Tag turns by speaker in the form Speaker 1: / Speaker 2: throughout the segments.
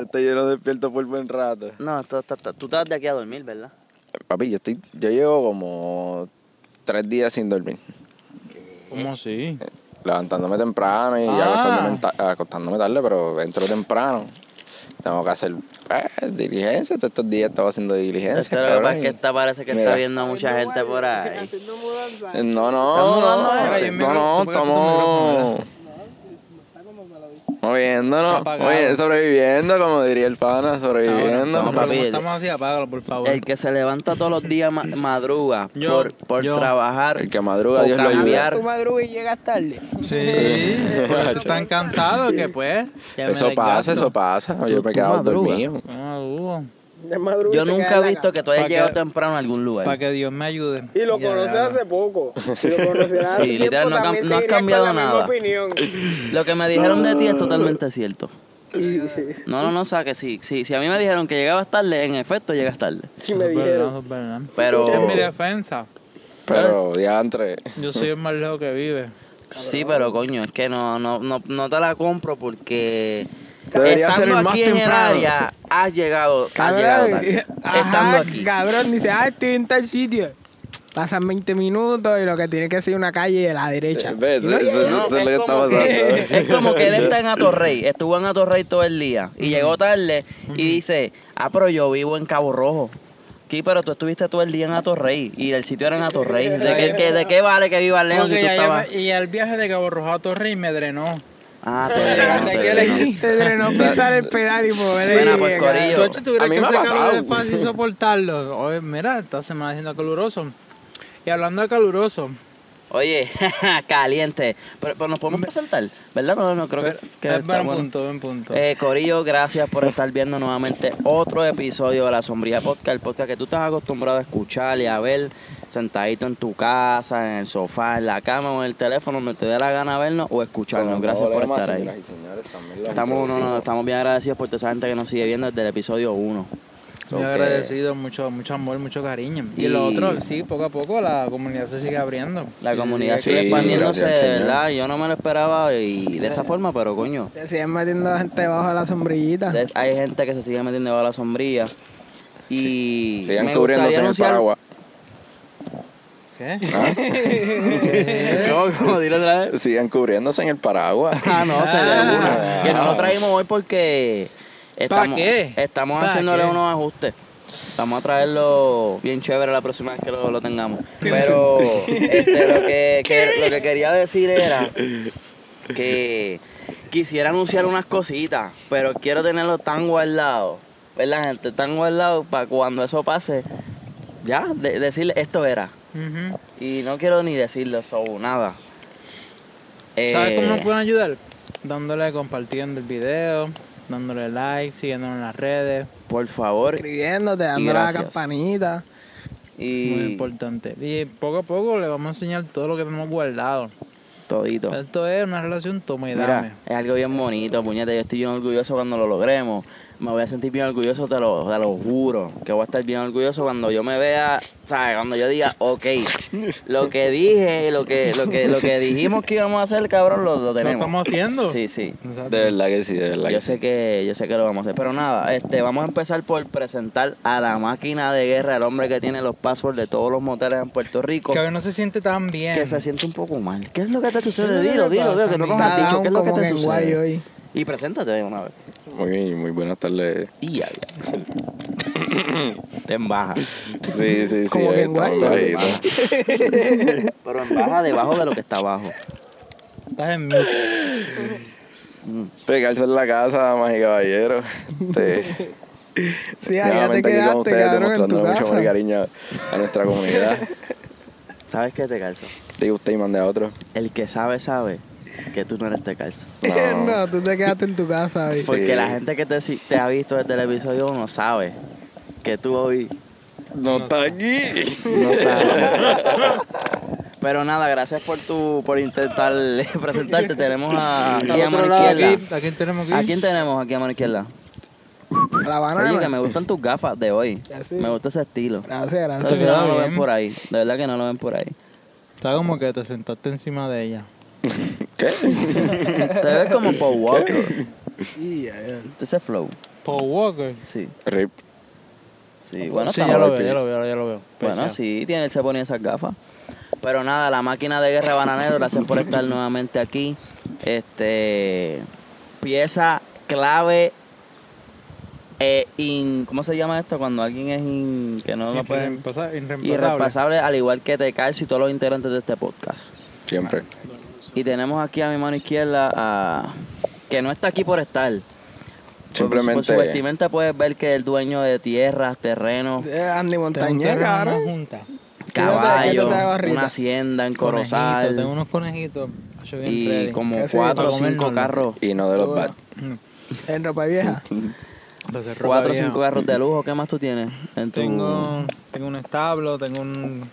Speaker 1: Este yo no despierto por buen rato.
Speaker 2: No, tú, tú, tú, tú estás de aquí a dormir, ¿verdad?
Speaker 1: Papi, yo, estoy, yo llevo como tres días sin dormir.
Speaker 3: ¿Cómo así?
Speaker 1: Levantándome temprano y
Speaker 3: Ah.
Speaker 1: acostándome, ta- acostándome tarde, pero entro temprano. Tengo que hacer eh, diligencia. Todos estos días estaba haciendo diligencia.
Speaker 2: Esto Este, lo que pasa
Speaker 1: cabrón,
Speaker 2: es que
Speaker 1: y-
Speaker 2: esta parece que está
Speaker 1: mira.
Speaker 2: viendo mucha gente por ahí.
Speaker 4: Haciendo mudanza.
Speaker 1: Eh, No, no,
Speaker 2: ¿Estás
Speaker 1: no,
Speaker 2: mudando
Speaker 1: no,
Speaker 2: ahora?
Speaker 3: Y el
Speaker 1: no,
Speaker 3: micro- tú pegaste tu micrófono,
Speaker 1: estamos moviéndonos,
Speaker 3: Está apagado.
Speaker 1: movi- sobreviviendo, como diría el pana,
Speaker 3: Eh,
Speaker 1: sobreviviendo.
Speaker 3: No,
Speaker 2: no,
Speaker 3: papi.
Speaker 2: papi.
Speaker 3: Estamos así, apágalo, por favor.
Speaker 2: El que se levanta todos los días ma- madruga
Speaker 3: Yo,
Speaker 2: por, por
Speaker 3: yo.
Speaker 2: trabajar.
Speaker 1: El que madruga,
Speaker 2: o
Speaker 1: Dios lo ayuda.
Speaker 2: cambiar.
Speaker 4: Tú madrugas y llegas tarde.
Speaker 3: Sí, pero tú estás cansado que pues. ya me
Speaker 1: eso pasa,
Speaker 3: desgasto.
Speaker 1: eso pasa.
Speaker 2: Tú-
Speaker 1: Yo me he
Speaker 2: tú
Speaker 1: quedado
Speaker 2: madrugas.
Speaker 1: dormido.
Speaker 3: Ah, dúo.
Speaker 4: De madruga
Speaker 2: Yo
Speaker 4: y se
Speaker 2: nunca
Speaker 4: queda
Speaker 2: he
Speaker 4: en la
Speaker 2: visto que tú hayas
Speaker 3: Pa' que-
Speaker 2: llegado temprano a algún
Speaker 3: Para
Speaker 2: lugar.
Speaker 3: que Dios me ayude.
Speaker 4: Y lo
Speaker 3: Ya,
Speaker 4: conoces hace poco. Y lo conocerás hace
Speaker 2: Sí,
Speaker 4: tiempo,
Speaker 2: literal, no ha cam-
Speaker 4: también
Speaker 2: no has
Speaker 4: seguirías con
Speaker 2: cambiado
Speaker 4: la misma
Speaker 2: nada.
Speaker 4: opinión.
Speaker 2: Lo que me dijeron de ti es totalmente cierto. No, no, no, o sea que sí, sí, si a mí me dijeron que llegabas tarde, en efecto llegas tarde.
Speaker 4: Si
Speaker 3: eso
Speaker 4: me
Speaker 3: es verdad,
Speaker 4: dijeron. Oh.
Speaker 3: eso es verdad.
Speaker 2: Pero
Speaker 3: Esa es mi defensa.
Speaker 1: Pero, diantre.
Speaker 3: Yo soy el más lejos que vive.
Speaker 2: sí, pero coño, es que no, no, no, no te la compro porque
Speaker 1: Debería
Speaker 2: estando
Speaker 1: ser el más
Speaker 2: aquí en el
Speaker 1: temprano.
Speaker 2: área has llegado, has llegado tarde.
Speaker 4: Ajá,
Speaker 2: Estando aquí.
Speaker 4: Cabrón, dice, ah, estoy en tal sitio. Pasan 20 minutos y lo que tiene que ser una calle a la derecha.
Speaker 1: ¿Ves?
Speaker 4: Y no
Speaker 1: Eso-
Speaker 4: llega.
Speaker 1: eso-
Speaker 2: No,
Speaker 1: eso es lo que
Speaker 2: es,
Speaker 1: está
Speaker 2: como que,
Speaker 1: pasando.
Speaker 2: es como que él está en Atorrey, estuvo en Atorrey todo el día y llegó tarde y dice, ah, pero yo vivo en Cabo Rojo. Sí, pero tú estuviste todo el día en Atorrey y el sitio era en Atorrey. ¿De qué, que- de qué vale que viva lejos
Speaker 3: Porque
Speaker 2: si tú
Speaker 3: ya
Speaker 2: estabas...?
Speaker 3: lleva- y el viaje de Cabo Rojo a Torre me drenó.
Speaker 2: Ah, te
Speaker 3: Llegar
Speaker 2: drenó,
Speaker 3: de
Speaker 2: te
Speaker 3: aquí a la
Speaker 2: drenó.
Speaker 3: esquina.
Speaker 4: Te drenó pisar el pedal y mover el
Speaker 2: Buena, pues,
Speaker 4: pie,
Speaker 2: corillo.
Speaker 3: Tú antes tuvieras
Speaker 1: A mí
Speaker 3: que
Speaker 1: me ha
Speaker 3: sacarlo
Speaker 1: pasado.
Speaker 3: de fácil y soportarlo. Oye, mira, esta semana haciendo caluroso. Y hablando de caluroso,
Speaker 2: Oye, caliente. Pero, pero nos podemos presentar, ¿verdad? No, no creo
Speaker 3: pero-
Speaker 2: que, que
Speaker 3: es
Speaker 2: está
Speaker 3: buen
Speaker 2: bueno.
Speaker 3: punto, buen punto.
Speaker 2: Eh, Corillo, gracias por estar viendo nuevamente otro episodio de La Sombría Podcast, el podcast que tú estás acostumbrado a escuchar y a ver sentadito en tu casa, en el sofá, en la cama o en el teléfono, donde te dé la gana vernos o escucharnos. Gracias por estar ahí. Estamos, no, no, estamos bien agradecidos por toda esa gente que nos sigue viendo desde el episodio 1.
Speaker 3: Muy
Speaker 2: so que-
Speaker 3: agradecido, mucho, mucho amor, mucho cariño. Y,
Speaker 2: Y-
Speaker 3: lo otro, sí, poco a poco la comunidad se sigue abriendo.
Speaker 2: La
Speaker 3: Y
Speaker 2: comunidad sigue
Speaker 1: sí,
Speaker 2: expandiéndose,
Speaker 1: gracias, señor.
Speaker 2: ¿verdad? Yo no me lo esperaba y de esa forma, pero coño.
Speaker 4: Se siguen metiendo gente bajo la sombrillita.
Speaker 2: Se- Hay gente que se sigue metiendo bajo la sombrilla. Y
Speaker 1: Sigan
Speaker 2: me
Speaker 1: cubriéndose
Speaker 2: gustaría
Speaker 1: en el
Speaker 2: anunciar-
Speaker 1: paraguas.
Speaker 3: ¿Qué?
Speaker 2: ¿Cómo, cómo? Dilo otra vez.
Speaker 1: Sigan cubriéndose en el paraguas.
Speaker 2: Ah, no, se de una.
Speaker 1: Ah.
Speaker 2: Que no lo traímos hoy porque estamos,
Speaker 3: qué?
Speaker 2: estamos
Speaker 3: ¿Pa
Speaker 2: haciéndole
Speaker 3: qué?
Speaker 2: unos ajustes. Vamos a traerlo bien chévere la próxima vez que lo, lo tengamos. Pero este, lo, que, que- lo que quería decir era que quisiera anunciar unas cositas, pero quiero tenerlo tan guardado. ¿Verdad, gente? Tan guardado para cuando eso pase, ya, de- decirle esto era.
Speaker 3: Ujú.
Speaker 2: Y no quiero ni decirlo, eso, nada.
Speaker 3: ¿Sabes cómo
Speaker 2: Eh,
Speaker 3: nos pueden ayudar? Dándole, compartiendo el video, dándole like, siguiéndonos en las redes.
Speaker 2: Por favor.
Speaker 4: Escribiéndote, dando la
Speaker 2: gracias.
Speaker 4: campanita.
Speaker 3: Muy
Speaker 2: Y
Speaker 3: importante. Y poco a poco le vamos a enseñar todo lo que tenemos guardado.
Speaker 2: todito.
Speaker 3: Esto es una relación toma y dame.
Speaker 2: Mira, es algo bien bonito, puñeta. Yo estoy bien orgulloso cuando lo logremos. Me voy a sentir bien orgulloso, te lo, te lo juro. Que voy a estar bien orgulloso cuando yo me vea, ¿sabes? Cuando yo diga, ok, lo que dije, lo que, lo que, lo que dijimos que íbamos a hacer, cabrón, lo, lo
Speaker 3: Lo
Speaker 2: tenemos.
Speaker 3: estamos haciendo.
Speaker 2: Sí, sí.
Speaker 1: De
Speaker 3: Exacto.
Speaker 1: verdad que sí, de verdad
Speaker 2: Yo
Speaker 1: que sí.
Speaker 2: sé que, yo sé que lo vamos a hacer. Pero nada, este, vamos a empezar por presentar a la máquina de guerra, el hombre que tiene los passwords de todos los moteles en Puerto Rico.
Speaker 3: Que a veces no se siente tan bien.
Speaker 2: que se siente un poco mal. ¿Qué es lo que te sucede? Dilo, dilo, dilo, que no nos has
Speaker 4: Está
Speaker 2: dicho.
Speaker 4: down
Speaker 2: ¿Qué es lo que
Speaker 4: como
Speaker 2: te
Speaker 4: en guay
Speaker 2: sucede?
Speaker 4: hoy.
Speaker 2: Y preséntate de una vez.
Speaker 1: Muy, muy buenas tardes.
Speaker 2: Y ya, Te en baja.
Speaker 1: Sí, sí, sí.
Speaker 4: Como
Speaker 1: ahí
Speaker 4: que
Speaker 1: estamos, ahí
Speaker 4: guay.
Speaker 2: Pero
Speaker 1: estamos.
Speaker 2: en baja- Pero en baja debajo de lo que está abajo.
Speaker 3: Estás en mute.
Speaker 1: Te calza en la casa, damas y caballeros. Este,
Speaker 4: Sí, allá te
Speaker 1: nuevamente aquí con
Speaker 4: quedaste,
Speaker 1: ustedes,
Speaker 4: cabrón, en tu
Speaker 1: demostrándole mucho amor y
Speaker 4: casa.
Speaker 1: cariño a nuestra comunidad.
Speaker 2: ¿Sabes qué te calza?
Speaker 1: Te gusta y mande a otro.
Speaker 2: El que sabe, sabe que tú no eres te calza.
Speaker 1: No.
Speaker 4: No, tú te quedaste en tu casa hoy.
Speaker 2: Porque la gente que te, si- te ha visto desde el episodio uno sabe que tú hoy
Speaker 1: No está aquí.
Speaker 2: no estás. Pero nada, gracias por tu por intentar presentarte. Tenemos a, aquí a
Speaker 3: Al
Speaker 2: mano
Speaker 3: otro lado,
Speaker 2: izquierda.
Speaker 3: aquí, ¿A quién tenemos
Speaker 2: ¿A
Speaker 3: aquí?
Speaker 2: quién tenemos aquí a mano izquierda?
Speaker 4: A la
Speaker 2: Oye, que me
Speaker 4: banana.
Speaker 2: gustan tus gafas de hoy.
Speaker 4: Ya sé.
Speaker 2: Me gusta ese estilo.
Speaker 4: Gracias,
Speaker 2: Pero
Speaker 4: gracias.
Speaker 2: que
Speaker 3: queda
Speaker 2: no lo ven
Speaker 3: bien.
Speaker 2: por ahí. De verdad que no lo ven por ahí.
Speaker 3: Está como que te sentaste encima de ella.
Speaker 1: ¿Qué?
Speaker 2: Te ves como Paul Walker.
Speaker 4: Sí, ya, ya.
Speaker 2: Ese flow.
Speaker 3: Paul Walker.
Speaker 2: Sí,
Speaker 1: Rip.
Speaker 2: sí. Bueno,
Speaker 3: sí,
Speaker 2: está
Speaker 3: ya lo
Speaker 2: mal.
Speaker 3: veo, ya lo veo, ya lo veo.
Speaker 2: Bueno,
Speaker 3: Pues,
Speaker 2: sí, tiene, él se ponía esas gafas. Pero nada, la máquina de guerra bananero, gracias por estar nuevamente aquí. Este pieza clave eh, in- ¿cómo se llama esto? Cuando alguien es in- que no lo puede
Speaker 3: Irreemplaza- pues, Irreemplazable.
Speaker 2: irreemplazable, al igual que te y todos los integrantes de este podcast.
Speaker 1: Siempre.
Speaker 2: Y tenemos aquí a mi mano izquierda a que no está aquí por estar. Por- por su
Speaker 1: Simplemente.
Speaker 2: vestimenta puedes ver que es el dueño de tierras, terrenos,
Speaker 4: Eh, Andy
Speaker 3: Tengo un
Speaker 4: Montañez,
Speaker 3: terreno en una
Speaker 4: cabrón.
Speaker 3: junta.
Speaker 2: caballos,
Speaker 4: te hago ahorita?
Speaker 2: una hacienda en
Speaker 3: Conejitos,
Speaker 2: Corozal.
Speaker 3: Tengo unos conejitos. Hacho, bien
Speaker 2: y
Speaker 3: ready.
Speaker 2: como
Speaker 4: ¿Qué hace?
Speaker 2: cuatro
Speaker 3: Para
Speaker 2: o
Speaker 3: comer,
Speaker 2: cinco
Speaker 3: no, no.
Speaker 2: carros.
Speaker 1: Y no de
Speaker 2: Oh.
Speaker 1: los bad.
Speaker 4: En ropa vieja.
Speaker 3: Entonces, ropa
Speaker 2: Cuatro o
Speaker 3: vieja.
Speaker 2: cinco carros de lujo, ¿qué más tú tienes? En tu-
Speaker 3: Tengo, tengo un establo, tengo un,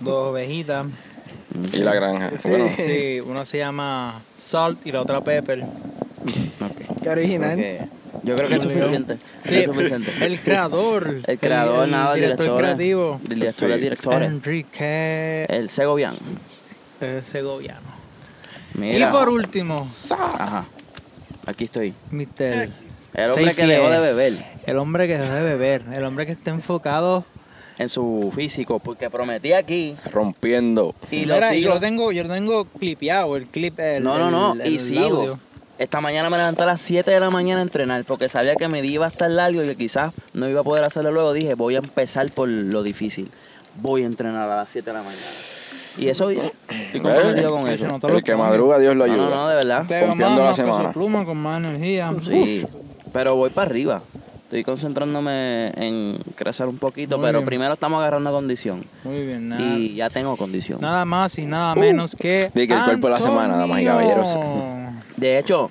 Speaker 3: dos ovejitas.
Speaker 1: Y la granja. Bueno,
Speaker 3: Sí, una se llama Salt y la otra Pepper.
Speaker 4: Qué original.
Speaker 2: Porque Yo creo que es suficiente.
Speaker 3: Sí,
Speaker 2: es suficiente. El,
Speaker 3: el creador.
Speaker 2: creador, nada, el director.
Speaker 3: creativo.
Speaker 2: El director,
Speaker 1: Sí.
Speaker 2: el director.
Speaker 3: Enrique
Speaker 2: El Segovian.
Speaker 3: eh, Segoviano.
Speaker 2: Mira.
Speaker 3: Y por último,
Speaker 2: Ajá. Aquí estoy.
Speaker 3: Mister.
Speaker 2: El hombre
Speaker 3: Seis
Speaker 2: que dejó
Speaker 3: pies.
Speaker 2: de beber
Speaker 3: El hombre que debe beber, el hombre que está enfocado.
Speaker 2: en su físico, porque prometí aquí.
Speaker 1: rompiendo.
Speaker 2: Y lo
Speaker 3: Mira, y
Speaker 2: sigo.
Speaker 3: yo lo tengo, yo lo tengo clipeado, el clip. El,
Speaker 2: no, no, no.
Speaker 3: el- el
Speaker 2: y sigo.
Speaker 3: audio.
Speaker 2: Esta mañana me levanté a las 7 de la mañana a entrenar porque sabía que me iba a estar largo y que quizás no iba a poder hacerlo luego. Dije, voy a empezar por lo difícil. Voy a entrenar a las 7 de la mañana. Y eso hice. Estoy comprometido con
Speaker 3: Eh,
Speaker 2: eso.
Speaker 3: se
Speaker 2: No,
Speaker 3: nota.
Speaker 1: El que madruga, Dios lo
Speaker 2: no, no,
Speaker 1: ayuda.
Speaker 2: de verdad.
Speaker 3: Te veo
Speaker 1: Pompeando la
Speaker 3: más- más peso
Speaker 1: semana.
Speaker 3: pluma, con más energía.
Speaker 2: Sí. Pero voy para arriba. Estoy concentrándome en crecer un poquito,
Speaker 3: Muy
Speaker 2: pero
Speaker 3: bien.
Speaker 2: primero estamos agarrando condición.
Speaker 3: Muy bien, nada.
Speaker 2: Y ya tengo condición.
Speaker 3: Nada más y nada menos que.
Speaker 1: di que el cuerpo de la semana, damas y
Speaker 3: Antonio.
Speaker 1: caballeros.
Speaker 2: De hecho,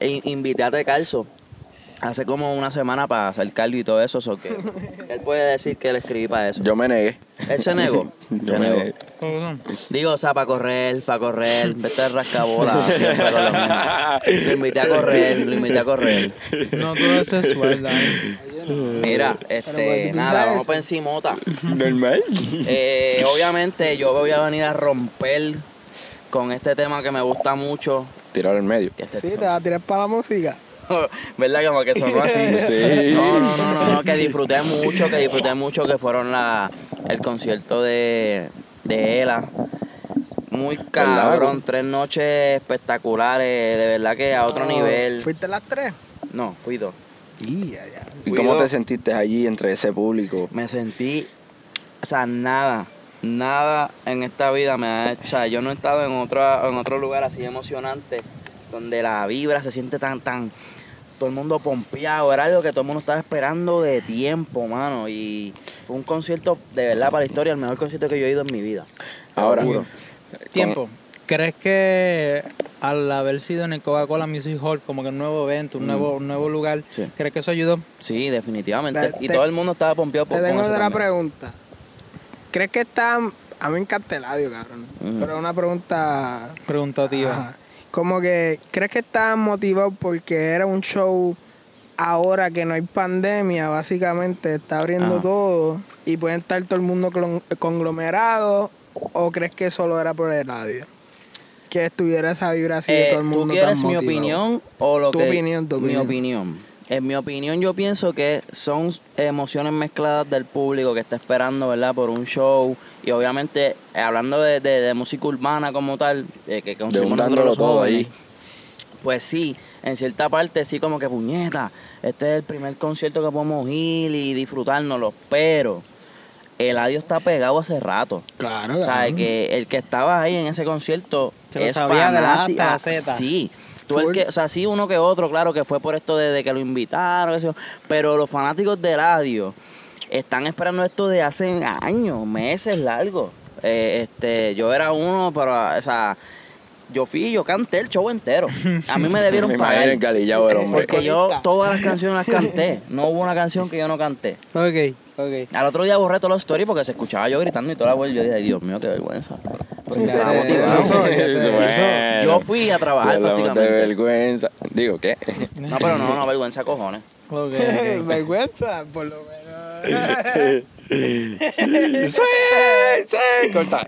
Speaker 2: in- invité a Te Calzo hace como una semana para hacer cardio y todo eso, so que él puede decir que le escribí para eso.
Speaker 1: Yo me negué.
Speaker 2: él se negó.
Speaker 1: Yo me
Speaker 2: se negó.
Speaker 1: negué.
Speaker 3: Perdón.
Speaker 2: Digo, o sea, para correr, para correr, vete a rascabola siempre con lo mismo. Lo invité a correr, lo invité a correr.
Speaker 3: No todo eso es suelda.
Speaker 2: Mira, este, nada, vamos para encimota.
Speaker 1: Normal.
Speaker 2: Eh, obviamente yo voy a venir a romper con este tema que me gusta mucho.
Speaker 1: Tirar al medio.
Speaker 2: Que este
Speaker 4: Sí, te vas a tirar para la música.
Speaker 2: ¿Verdad? Como que sonó así.
Speaker 1: Sí.
Speaker 2: No, no, no, no, no, que disfruté mucho, que disfruté mucho, que fueron la, el concierto de, de Ela. Muy cabrón, tres noches espectaculares, de verdad que a otro nivel.
Speaker 4: ¿Fuiste a las tres?
Speaker 2: No, fui dos.
Speaker 1: ¿Y cómo te sentiste allí entre ese público?
Speaker 2: Me sentí, o sea, nada, nada en esta vida me ha hecho, o sea, yo no he estado en otro, en otro lugar así emocionante, donde la vibra se siente tan, tan, todo el mundo pompeado, era algo que todo el mundo estaba esperando de tiempo, mano, y fue un concierto de verdad para la historia, el mejor concierto que yo he ido en mi vida.
Speaker 1: Ahora.
Speaker 2: Seguro.
Speaker 3: Tiempo. ¿Crees que al haber sido en el Coca-Cola Music Hall como que un nuevo evento, un nuevo, un nuevo lugar,
Speaker 2: Sí.
Speaker 3: ¿crees que eso ayudó?
Speaker 2: Sí, definitivamente,
Speaker 4: Te-
Speaker 2: y
Speaker 4: te-
Speaker 2: todo el mundo estaba pompeado por
Speaker 4: Te tengo
Speaker 2: con eso
Speaker 4: otra
Speaker 2: también.
Speaker 4: pregunta. ¿Crees que está... A mí me encanta el audio, cabrón.
Speaker 2: Ujú.
Speaker 4: Pero una pregunta...
Speaker 3: Preguntativa.
Speaker 4: Ajá. Como que, ¿crees que estaban motivados porque era un show ahora que no hay pandemia? Básicamente está abriendo
Speaker 2: Ajá.
Speaker 4: todo y pueden estar todo el mundo clon- conglomerado. ¿O crees que solo era por el radio? Que estuviera esa vibra así de
Speaker 2: Eh,
Speaker 4: todo el mundo
Speaker 2: ¿Tú quieres
Speaker 4: tan
Speaker 2: mi
Speaker 4: motivado.
Speaker 2: opinión o lo
Speaker 4: Tu
Speaker 2: que
Speaker 4: opinión, tu
Speaker 2: mi
Speaker 4: opinión.
Speaker 2: opinión? En mi opinión yo pienso que son emociones mezcladas del público que está esperando, ¿verdad? Por un show y obviamente eh, hablando de, de- de música urbana como tal, eh, que consumimos nosotros
Speaker 1: dándolo
Speaker 2: los
Speaker 1: todo
Speaker 2: jóvenes,
Speaker 1: ahí.
Speaker 2: pues sí, en cierta parte sí como que puñeta, este es el primer concierto que podemos ir y disfrutárnoslo, pero el audio está pegado hace rato.
Speaker 1: Ah,
Speaker 4: Claro,
Speaker 2: O sea,
Speaker 4: cabrón.
Speaker 2: que el que estaba ahí en ese concierto
Speaker 3: Se lo
Speaker 2: es
Speaker 3: sabía de la A
Speaker 2: fanático.
Speaker 3: hasta la Z.
Speaker 2: Sí. Tú el
Speaker 4: Full.
Speaker 2: que, o sea, sí, uno que otro, claro, que fue por esto de, de que lo invitaron, eso, pero los fanáticos de radio están esperando esto de hace años, meses largos. Eh, este, yo era uno, pero, o sea, yo fui, yo canté el show entero. A mí me debieron
Speaker 1: Me
Speaker 2: pagar.
Speaker 1: imagino el galillao del hombre.
Speaker 2: Porque yo todas las canciones las canté. No hubo una canción que yo no canté.
Speaker 3: Ok, ok.
Speaker 2: Al otro día borré todos los stories porque se escuchaba yo gritando y toda la vuelta. Yo dije, "Ay, Dios mío, qué vergüenza. Porque
Speaker 3: Ya
Speaker 2: estaba
Speaker 3: te-
Speaker 2: motivado.
Speaker 3: eso-
Speaker 1: Bueno.
Speaker 2: Yo fui a trabajar
Speaker 1: Hablamos De
Speaker 2: prácticamente.
Speaker 1: vergüenza. Digo, ¿qué?
Speaker 2: No, pero no, no, vergüenza cojones.
Speaker 3: ok, ok.
Speaker 4: Vergüenza, por lo menos.
Speaker 1: ¡Sí! ¡Sí! Corta.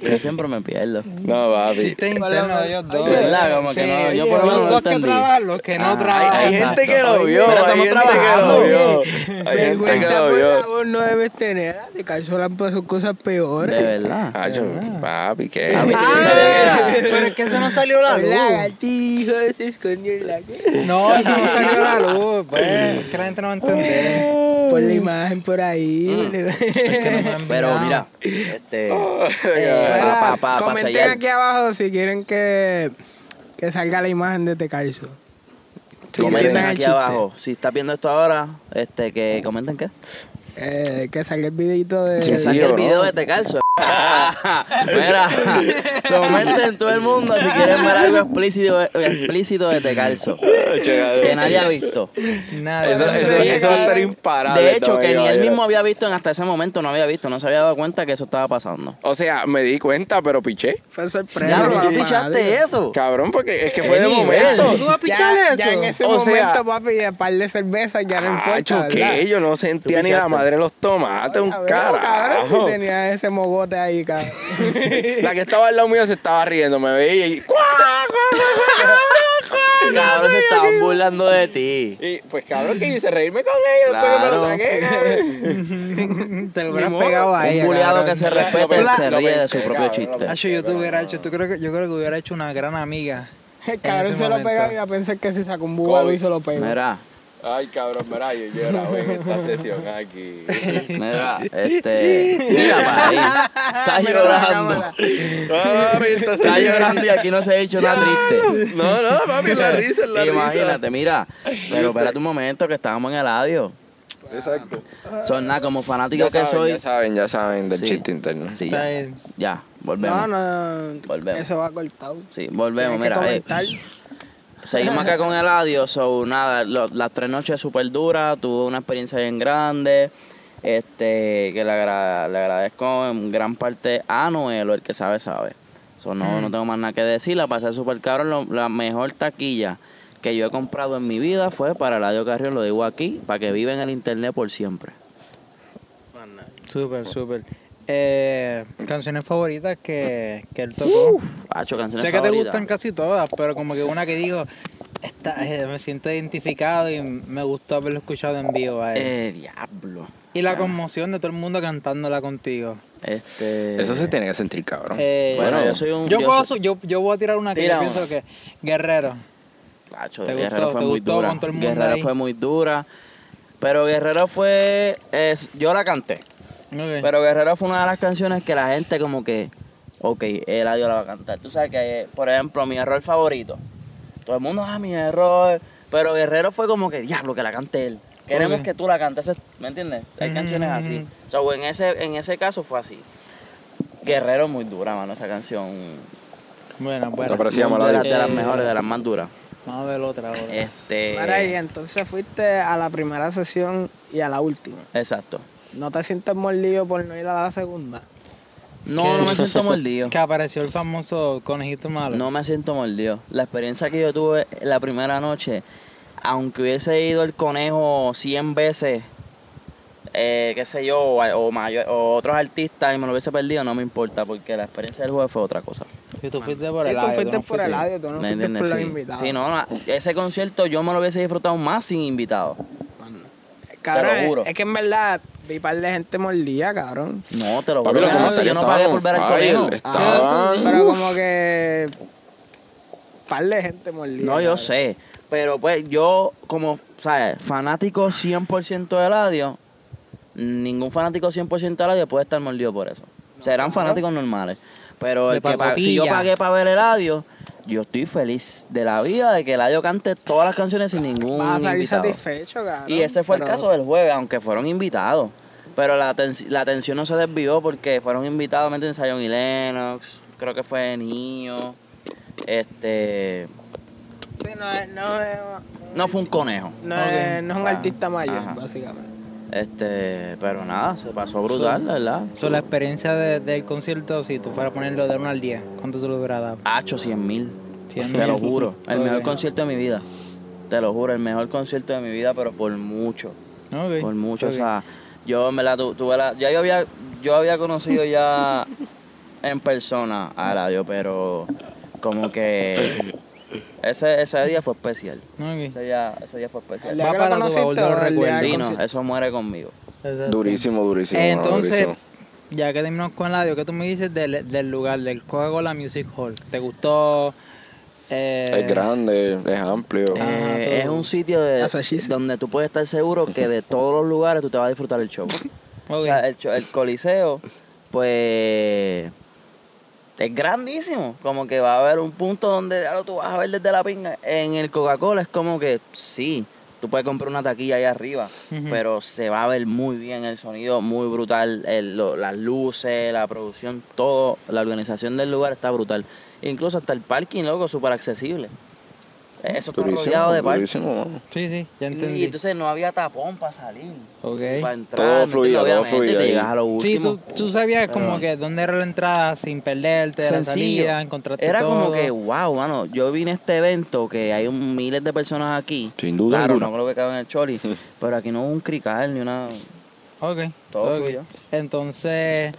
Speaker 2: Yo siempre me pierdo.
Speaker 1: No, papi.
Speaker 3: Existe interno de ellos dos.
Speaker 2: ¿Verdad? Como que no, yo por lo
Speaker 3: los
Speaker 2: menos no
Speaker 3: dos que
Speaker 2: entendí. Ah,
Speaker 3: trabajan, los que no
Speaker 2: Ajá,
Speaker 3: trabajan.
Speaker 1: Hay
Speaker 2: Exacto.
Speaker 1: gente que lo vio.
Speaker 2: Pero
Speaker 1: Hay
Speaker 2: estamos
Speaker 1: gente que
Speaker 2: trabajando.
Speaker 1: lo vio. Hay gente que
Speaker 4: Vergüenza
Speaker 1: lo
Speaker 4: por
Speaker 1: vio.
Speaker 4: favor no debes tener. De este calzola pasó cosas
Speaker 2: De
Speaker 4: peores.
Speaker 2: verdad.
Speaker 1: Hacho, papi, ¿qué?
Speaker 2: Ah,
Speaker 3: Ah, pero es que eso no salió a la
Speaker 4: El
Speaker 3: luz.
Speaker 4: lagartijo se escondió en la
Speaker 3: No, eso no salió a la luz, pues. Que la gente no va a entender.
Speaker 4: Por la imagen por ahí.
Speaker 2: Mm.
Speaker 4: por la-
Speaker 3: Es que no me han
Speaker 2: Pero
Speaker 3: mirado.
Speaker 2: mira, este.
Speaker 1: Oh,
Speaker 2: eh,
Speaker 1: Ay,
Speaker 2: Ah, pa, pa, pa, pa
Speaker 4: Comenten
Speaker 2: sellar.
Speaker 4: aquí abajo si quieren que, que salga la imagen de este calzo. Sí,
Speaker 2: comenten
Speaker 4: entiendan el
Speaker 2: aquí
Speaker 4: chiste.
Speaker 2: abajo. Si estás viendo esto ahora, este, que comenten qué.
Speaker 4: Eh, que salga el videito de.
Speaker 1: Sí,
Speaker 2: Que
Speaker 1: sí.
Speaker 2: saque el
Speaker 1: bro.
Speaker 2: video de este calzo. Mira, comenten todo el mundo si quieren ver algo explícito, explícito de este calzo. Que nadie ha visto.
Speaker 3: Nada.
Speaker 1: Eso, eso, eso va a estar imparable.
Speaker 2: De hecho, que
Speaker 1: todavía,
Speaker 2: ni él
Speaker 1: vaya.
Speaker 2: mismo había visto en hasta ese momento, no había visto, no se había dado cuenta que eso estaba pasando.
Speaker 1: O sea, me di cuenta, pero piché.
Speaker 4: Fue sorpresa.
Speaker 2: Claro, ¿no
Speaker 4: mamá,
Speaker 2: fichaste eh.
Speaker 4: digo.
Speaker 2: eso?
Speaker 1: Cabrón, porque es que
Speaker 2: Qué
Speaker 1: fue de
Speaker 2: nivel.
Speaker 1: momento.
Speaker 4: ¿Tú vas a pichar
Speaker 3: Ya-
Speaker 4: eso?
Speaker 3: ya en
Speaker 4: en
Speaker 3: ese
Speaker 4: ese
Speaker 1: O
Speaker 4: momento,
Speaker 1: sea-
Speaker 4: papi, de par de cerveza ya no importa. Ah,
Speaker 1: Hacho, ¿qué? Yo no sentía ni la
Speaker 2: pichaste.
Speaker 1: madre de los tomates, un
Speaker 4: Si
Speaker 1: carajo.
Speaker 4: tenía ese mogote ahí, cabrón.
Speaker 1: La que estaba al lado mío se estaba riendo, me veía y... ¡Cuá, cuá!
Speaker 2: Cabrón, se estaban burlando de ti.
Speaker 1: Y pues cabrón que hice reírme con ellos
Speaker 2: Claro.
Speaker 1: después que me lo saqué.
Speaker 3: Te lo
Speaker 4: Ni
Speaker 3: hubieras
Speaker 4: modo.
Speaker 3: pegado a
Speaker 2: Un
Speaker 3: ella.
Speaker 2: buleado
Speaker 3: cabrón.
Speaker 2: que se
Speaker 1: Lo- lo
Speaker 2: respete
Speaker 1: pensé,
Speaker 2: se
Speaker 1: lo
Speaker 2: ríe de
Speaker 1: pensé,
Speaker 2: su propio
Speaker 1: cabrón, lo
Speaker 2: chiste.
Speaker 1: pensé.
Speaker 3: Hacho, yo te hubiera hecho, tú creo que, yo creo que hubiera hecho una gran amiga.
Speaker 4: El cabrón
Speaker 3: ese
Speaker 4: se lo
Speaker 3: momento.
Speaker 4: pegaba y iba a pensar que se sacó un búbalo y se lo pegó.
Speaker 2: Mira,
Speaker 1: Ay, cabrón, mira, yo lloraba en esta sesión aquí.
Speaker 2: mira, este. Mira, para ahí. Está
Speaker 4: Mira la
Speaker 2: llorando.
Speaker 4: cámara.
Speaker 1: Ah, papi, esta
Speaker 2: Está
Speaker 1: sesión-
Speaker 2: llorando y aquí no se ha hecho nada triste.
Speaker 1: No, no, papi, la risa es la
Speaker 2: Imagínate, mira. Pero espérate un momento que estábamos en el radio.
Speaker 1: risa. Exacto.
Speaker 2: Son nada, como
Speaker 1: Ya
Speaker 2: fanático que
Speaker 1: saben,
Speaker 2: soy.
Speaker 1: ya saben, ya saben del
Speaker 2: Sí.
Speaker 1: chiste interno.
Speaker 2: Sí,
Speaker 3: Está
Speaker 2: ya,
Speaker 3: bien.
Speaker 2: ya,
Speaker 4: No,
Speaker 2: volvemos.
Speaker 4: no.
Speaker 2: Volvemos.
Speaker 4: Eso va cortado.
Speaker 2: Sí, volvemos,
Speaker 4: Tienes que
Speaker 2: mira. eh,
Speaker 4: comentar.
Speaker 2: Seguimos acá con el adiós, o nada, lo- las tres noches súper duras, tuve una experiencia bien grande, este, que le, agra- le agradezco en gran parte a Noel, o el que sabe, sabe. So, no, no tengo más nada que decir, la pasé súper cabrón, lo- la mejor taquilla que yo he comprado en mi vida fue para el adiós Carrión, lo digo aquí, para que viva en el internet por siempre.
Speaker 3: Súper, súper. Eh, canciones favoritas que, que él tocó.
Speaker 2: Hacho, canciones
Speaker 3: Sé que te
Speaker 2: favoritas.
Speaker 3: gustan casi todas, pero como que una que digo, esta, eh, me siento identificado y me gustó haberlo escuchado en vivo a él.
Speaker 2: Eh, diablo.
Speaker 3: y la conmoción de todo el mundo cantándola contigo.
Speaker 2: Este...
Speaker 1: Eso se tiene que sentir, cabrón.
Speaker 3: Eh,
Speaker 2: Bueno, yo soy un...
Speaker 3: yo,
Speaker 2: yo
Speaker 3: puedo
Speaker 2: soy-
Speaker 3: su- yo- yo voy a tirar una que
Speaker 2: Tira
Speaker 3: yo pienso
Speaker 2: una.
Speaker 3: que Guerrero.
Speaker 2: Hacho,
Speaker 3: ¿Te
Speaker 2: Guerrero
Speaker 3: gustó?
Speaker 2: fue
Speaker 3: ¿Te
Speaker 2: muy
Speaker 3: gustó
Speaker 2: dura.
Speaker 3: con todo el mundo
Speaker 2: Guerrero
Speaker 3: ahí?
Speaker 2: fue muy dura. Pero Guerrero fue. es- yo la canté.
Speaker 3: Ok.
Speaker 2: Pero Guerrero fue una de las canciones que la gente, como que. Ok, el adiós la va a cantar. Tú sabes que, eh, por ejemplo, mi error favorito. Todo el mundo, ah, mi error. Pero Guerrero fue como que, diablo, que la cante él. Queremos
Speaker 3: Ok. Mm-hmm.
Speaker 2: que tú la cantes. ¿Me entiendes? Hay
Speaker 3: Ujú,
Speaker 2: canciones
Speaker 3: ujú,
Speaker 2: así.
Speaker 3: ujú.
Speaker 2: O sea, en ese, en ese caso fue así. Guerrero muy dura, mano, esa canción.
Speaker 3: bueno, bueno.
Speaker 1: No, pero sí, vamos a la
Speaker 2: de, las-
Speaker 3: de-
Speaker 2: de las
Speaker 3: Eh,
Speaker 2: mejores, de las más duras.
Speaker 3: Vamos a ver otra ahora.
Speaker 2: Este.
Speaker 4: Mira, y entonces fuiste a la primera sesión y a la última.
Speaker 2: Exacto.
Speaker 4: ¿No te sientes mordido por no ir a la segunda?
Speaker 2: No, no me siento mordido.
Speaker 3: Que apareció el famoso conejito malo.
Speaker 2: No me siento mordido. La experiencia que yo tuve la primera noche, aunque hubiese ido el conejo 100 veces, eh, qué sé yo, o, o mayor- o otros artistas y me lo hubiese perdido, no me importa, porque la experiencia del juego fue otra cosa.
Speaker 3: Si tú fuiste por
Speaker 4: si
Speaker 3: el
Speaker 4: tú
Speaker 3: audio,
Speaker 4: fuiste
Speaker 3: no
Speaker 4: por el audio, tú no
Speaker 2: ¿Me
Speaker 4: fuiste por
Speaker 2: entiendes?
Speaker 4: los
Speaker 2: Sí.
Speaker 4: invitados.
Speaker 2: Sí, no, no, ese concierto yo me lo hubiese disfrutado más sin invitados.
Speaker 4: Cabrón,
Speaker 2: Te lo juro.
Speaker 4: es que en verdad vi par de gente mordida, cabrón.
Speaker 2: No, te lo
Speaker 1: Papi,
Speaker 2: juro
Speaker 1: lo
Speaker 2: que
Speaker 1: como
Speaker 2: no,
Speaker 1: sea,
Speaker 2: yo no
Speaker 1: estábamos-
Speaker 2: pagué por ver al
Speaker 1: Ay,
Speaker 2: conejo.
Speaker 1: el-
Speaker 4: Ah,
Speaker 1: Estaban-
Speaker 4: Pero como que par de gente mordida.
Speaker 2: No, yo
Speaker 4: cabrón.
Speaker 2: sé. Pero pues yo, como, ¿sabes? Fanático 100% del radio, ningún fanático 100% del radio puede estar mordido por eso. Serán fanáticos normales. Pero
Speaker 3: De
Speaker 2: el que pa- si yo
Speaker 3: pacotilla.
Speaker 2: pagué para ver el radio, yo estoy feliz de la vida de que el radio cante todas las canciones sin ningún
Speaker 4: Vas a salir
Speaker 2: invitado.
Speaker 4: satisfecho, cabrón.
Speaker 2: Y ese fue el
Speaker 4: Pero-
Speaker 2: caso del jueves, aunque fueron invitados. Pero la, aten- la atención no se desvió porque fueron invitados, ¿me entiendes? Zion y Lennox, creo que fue Niño, este...
Speaker 4: Sí, no es, no es,
Speaker 2: No fue un conejo.
Speaker 4: no
Speaker 3: Ok.
Speaker 4: es- no es un
Speaker 2: Ah,
Speaker 4: artista mayor,
Speaker 2: ajá.
Speaker 4: básicamente.
Speaker 2: Este, pero nada, se pasó brutal, la verdad.
Speaker 3: So, la experiencia de- del concierto, si tú fueras a ponerlo de 1 al 10, ¿cuánto tú lo hubieras dado?
Speaker 2: Hacho 100 mil.
Speaker 3: 100.000.
Speaker 2: Te lo juro. El
Speaker 3: Ok.
Speaker 2: mejor concierto de mi vida. Te lo juro, el mejor concierto de mi vida, pero por mucho.
Speaker 3: Ok,
Speaker 2: Por mucho.
Speaker 3: ok.
Speaker 2: O sea, Yo en verdad tu- tuve la. Ya yo había, yo había conocido ya en persona a Eladio, pero como que ese, ese día fue especial. Ese día, ese día fue especial.
Speaker 3: Va
Speaker 4: Va
Speaker 3: para
Speaker 4: para
Speaker 3: tu baúl de los recuerdos.
Speaker 2: Sí, no, eso muere conmigo.
Speaker 1: Durísimo, durísimo. mano,
Speaker 3: Entonces,
Speaker 1: durísimo.
Speaker 3: ya que terminamos con Eladio, ¿qué tú me dices del, del lugar, del Coca-Cola Music Hall? ¿Te gustó? Eh,
Speaker 1: Es grande, es amplio.
Speaker 2: Eh,
Speaker 3: todo.
Speaker 2: es un sitio de-
Speaker 4: That's what she said.
Speaker 2: donde tú puedes estar seguro que de todos los lugares tú te vas a disfrutar el show.
Speaker 3: ok.
Speaker 2: O sea, el, cho- el coliseo, pues, es grandísimo. Como que va a haber un punto donde ya lo tú vas a ver desde la pinga. En el Coca-Cola es como que, sí, tú puedes comprar una taquilla ahí arriba,
Speaker 3: Ujú.
Speaker 2: pero se va a ver muy bien el sonido, muy brutal. el- lo- las luces, la producción, todo, la organización del lugar está brutal. Incluso hasta el parking, loco, súper accesible. Eso está rodeado
Speaker 1: durísimo,
Speaker 2: de parking.
Speaker 1: durísimo, mano.
Speaker 3: sí, sí, ya entendí.
Speaker 2: Y entonces no había tapón para salir.
Speaker 3: Ok.
Speaker 2: Para entrar,
Speaker 1: Todo
Speaker 2: ¿me entiendes?
Speaker 1: fluía, todo
Speaker 2: Obviamente,
Speaker 1: fluía
Speaker 2: Te
Speaker 1: ahí.
Speaker 2: llegas a lo
Speaker 3: Sí,
Speaker 2: último.
Speaker 3: tú, tú sabías como
Speaker 2: Perdón.
Speaker 3: que dónde era la entrada sin perderte, la
Speaker 2: Sencillo.
Speaker 3: salida, encontraste
Speaker 2: Era
Speaker 3: todo.
Speaker 2: como que, wow, mano, yo vine a este evento que hay un- miles de personas aquí.
Speaker 1: Sin duda
Speaker 2: Claro,
Speaker 1: alguna.
Speaker 2: no creo que caben en el choli, pero aquí no hubo un crical ni una...
Speaker 3: Ok.
Speaker 2: Todo
Speaker 3: ok.
Speaker 2: fluyó.
Speaker 3: Entonces,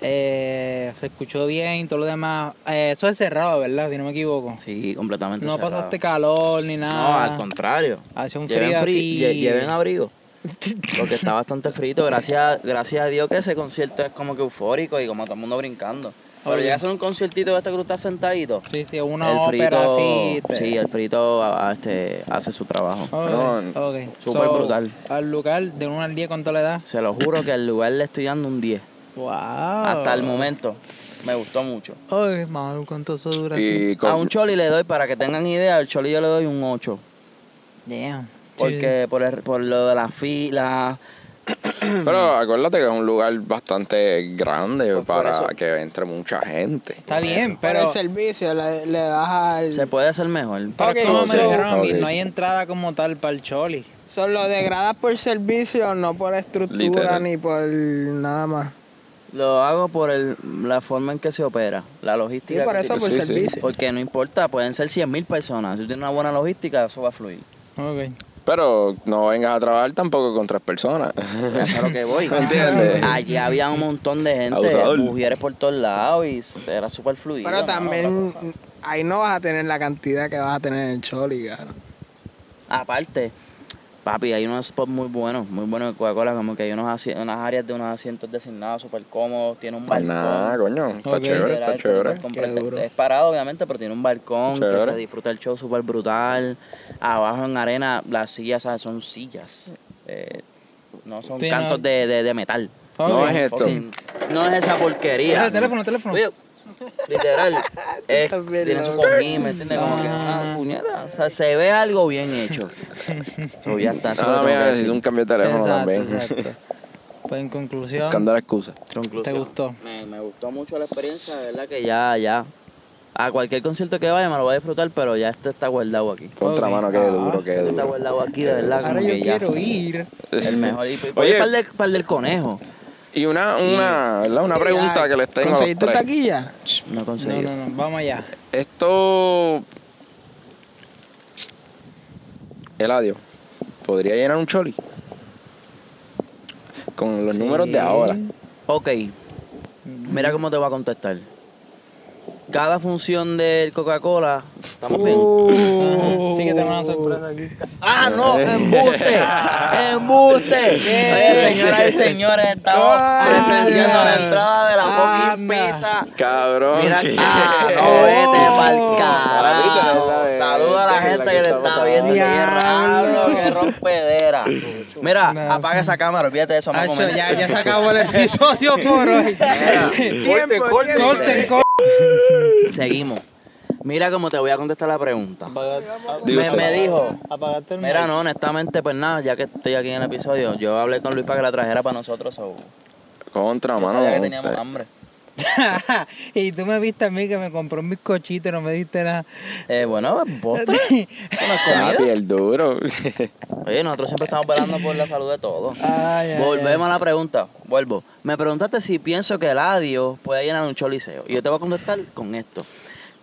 Speaker 3: eh, se escuchó bien, todo lo demás. Eh, eso es cerrado, ¿verdad? Si no me equivoco.
Speaker 2: Sí, completamente
Speaker 3: no
Speaker 2: cerrado.
Speaker 3: pasaste calor ni
Speaker 2: No, al
Speaker 3: nada.
Speaker 2: contrario.
Speaker 3: Hace un
Speaker 2: Lleven,
Speaker 3: frío
Speaker 2: fri-
Speaker 3: así.
Speaker 2: lle- lleven abrigo. Porque está bastante frito. Gracias, gracias a Dios que ese concierto es como que eufórico y como todo el mundo brincando. Pero
Speaker 3: Ok.
Speaker 2: llegas a un conciertito de este que tú estás sentadito.
Speaker 3: Sí, sí, una
Speaker 2: el
Speaker 3: ópera
Speaker 2: frito,
Speaker 3: así. te-
Speaker 2: sí, el frito a- a este, hace su trabajo.
Speaker 3: Ok,
Speaker 1: No,
Speaker 3: ok.
Speaker 2: súper brutal.
Speaker 3: Al lugar de 1 al 10, ¿cuánto le da?
Speaker 2: Se lo juro que al lugar le estoy dando un 10.
Speaker 3: Wow.
Speaker 2: Hasta
Speaker 3: Ah.
Speaker 2: el momento. Me gustó mucho.
Speaker 3: Ok, vamos a ver cuánto eso dura. así.
Speaker 1: Y
Speaker 2: A
Speaker 1: con-
Speaker 2: Ah, un choli le doy, para que tengan idea, al choli yo le doy un 8.
Speaker 3: Damn. Sí,
Speaker 2: Porque por, el- por lo de la fila...
Speaker 1: Pero acuérdate que es un lugar bastante grande
Speaker 2: Pues por
Speaker 1: para
Speaker 2: eso.
Speaker 1: que entre mucha gente.
Speaker 3: Está bien,
Speaker 4: Pero
Speaker 3: pero.
Speaker 4: el servicio le, le das al.
Speaker 2: Se puede hacer mejor.
Speaker 3: Pero es como
Speaker 1: Ok,
Speaker 3: me dijeron a mí,
Speaker 1: ok.
Speaker 3: no hay entrada como tal para el Choli.
Speaker 4: Son los degradas por servicio, no por estructura
Speaker 1: Literal.
Speaker 4: ni por nada más.
Speaker 2: Lo hago por el, la forma en que se opera, la
Speaker 4: Sí,
Speaker 2: logística.
Speaker 4: por
Speaker 2: que
Speaker 4: eso
Speaker 2: tiene.
Speaker 4: por
Speaker 1: Sí, sí.
Speaker 4: servicio.
Speaker 2: Porque no importa, pueden ser 100.000 personas. Si tienes una buena logística, eso va a fluir.
Speaker 3: Ok.
Speaker 1: Pero no vengas a trabajar tampoco con tres personas.
Speaker 2: Eso es a lo que voy.
Speaker 1: ¿Entiendes?
Speaker 2: Allí había un montón de gente,
Speaker 1: Abusador.
Speaker 2: mujeres por todos lados y era súper fluido.
Speaker 4: Pero
Speaker 2: ¿no?
Speaker 4: también ahí no vas a tener la cantidad que vas a tener en el Choli, claro.
Speaker 2: Aparte, papi, hay unos spots muy buenos, muy buenos de Coca-Cola, como que hay unos asi- unas áreas de unos asientos designados súper cómodos, tiene un
Speaker 1: Pues
Speaker 2: balcón.
Speaker 1: nada, coño. Está
Speaker 3: Ok.
Speaker 1: chévere,
Speaker 2: Literal,
Speaker 1: está
Speaker 2: tiene un
Speaker 1: chévere.
Speaker 2: balcón
Speaker 4: Qué
Speaker 2: perfecto.
Speaker 4: duro.
Speaker 2: Es parado, obviamente, pero tiene un balcón que
Speaker 1: Chévere.
Speaker 2: se disfruta el show súper brutal. Abajo en arena, las sillas ¿sabes? son sillas. eh, no son
Speaker 3: Sí, no.
Speaker 2: cantos de, de- de metal.
Speaker 1: No
Speaker 3: Ok.
Speaker 1: es esto.
Speaker 2: Fucking- no es esa porquería.
Speaker 3: Mira, teléfono, teléfono.
Speaker 2: Oye, Literal, es-
Speaker 4: Estás bien
Speaker 2: tiene su
Speaker 4: loco.
Speaker 2: cojín, ¿me entiendes? Como que, ah, puñeta, o sea, se ve algo bien hecho. So, ya está, eso
Speaker 1: Ahora
Speaker 2: lo
Speaker 1: me
Speaker 2: tengo que
Speaker 1: necesito un
Speaker 2: decir.
Speaker 1: cambio de teléfono
Speaker 3: exacto,
Speaker 1: también.
Speaker 3: exacto. Pues en conclusión,
Speaker 1: Buscando la excusa.
Speaker 2: Conclusión.
Speaker 3: ¿te gustó?
Speaker 2: Me, me gustó mucho la experiencia, de verdad que ya, ya. A cualquier concierto que vaya me lo voy a disfrutar, pero ya este está guardado aquí.
Speaker 1: Contra
Speaker 3: Ok.
Speaker 1: mano, qué
Speaker 3: Ah.
Speaker 1: duro, qué
Speaker 2: Este está
Speaker 1: duro.
Speaker 2: guardado aquí, de verdad.
Speaker 3: ahora
Speaker 2: como
Speaker 3: yo
Speaker 2: que ya.
Speaker 3: quiero ir.
Speaker 2: El mejor. Y, y-
Speaker 1: Oye.
Speaker 2: oye, para el, del- para el del conejo.
Speaker 1: Y una, una, ¿verdad? una pregunta que les tengo a los
Speaker 4: ¿Conseguiste
Speaker 1: tres.
Speaker 4: taquilla?
Speaker 2: No
Speaker 3: No,
Speaker 2: conseguí.
Speaker 3: no, no, vamos allá.
Speaker 1: Esto. Eladio, ¿podría llenar un choli? Con los
Speaker 3: Sí.
Speaker 1: números de ahora.
Speaker 2: Ok, mira cómo te voy a contestar. Cada función del Coca-Cola,
Speaker 1: Uh.
Speaker 2: estamos bien.
Speaker 4: Oh.
Speaker 3: Ajá, Sí que tengo una sorpresa aquí.
Speaker 2: ¡Ah, no! ¡Embuste! ¡Embuste! Oye, señoras y señores, estamos
Speaker 4: Ay,
Speaker 2: presenciando la
Speaker 4: ay.
Speaker 2: entrada de la fucking
Speaker 4: Anda.
Speaker 2: pizza.
Speaker 1: Cabrón.
Speaker 2: Mira,
Speaker 1: ¿qué?
Speaker 2: ah, no, vete pa'l
Speaker 1: Ahorita no es Oh. la
Speaker 2: carajo.
Speaker 1: de-
Speaker 2: Saluda a
Speaker 1: es
Speaker 2: la
Speaker 1: la
Speaker 2: gente
Speaker 1: que
Speaker 2: que te
Speaker 1: estamos
Speaker 2: está viendo. ¡Qué
Speaker 4: hablando.
Speaker 2: raro, qué rompedera! Mira,
Speaker 3: Nada.
Speaker 2: apaga esa cámara, olvídate de eso, vamos a
Speaker 3: Acho,
Speaker 2: comer.
Speaker 3: ya, ya se acabó el episodio por hoy.
Speaker 1: Corte, corte.
Speaker 3: Corten, corten.
Speaker 2: Seguimos. Mira cómo te voy a contestar la pregunta.
Speaker 1: Digo
Speaker 2: Me,
Speaker 1: usted.
Speaker 2: me dijo,
Speaker 3: Apagaste el
Speaker 2: mira, no, honestamente, pues nada, ya que estoy aquí en el episodio, yo hablé con Luis para que la trajera para nosotros. so,
Speaker 1: Contra
Speaker 2: yo
Speaker 1: mano.
Speaker 2: sabía que teníamos hambre.
Speaker 3: y tú me viste a mí que me compró un bizcochito y no me diste nada.
Speaker 2: Eh, bueno, pues, postre. Eso no es comida.
Speaker 1: Papi, el duro.
Speaker 2: Oye, nosotros siempre estamos velando por la salud de todos.
Speaker 3: Ay, ay,
Speaker 2: Volvemos a la pregunta. Vuelvo. Me preguntaste si pienso que el adiós puede llenar un choliseo. Y yo te voy a contestar con esto.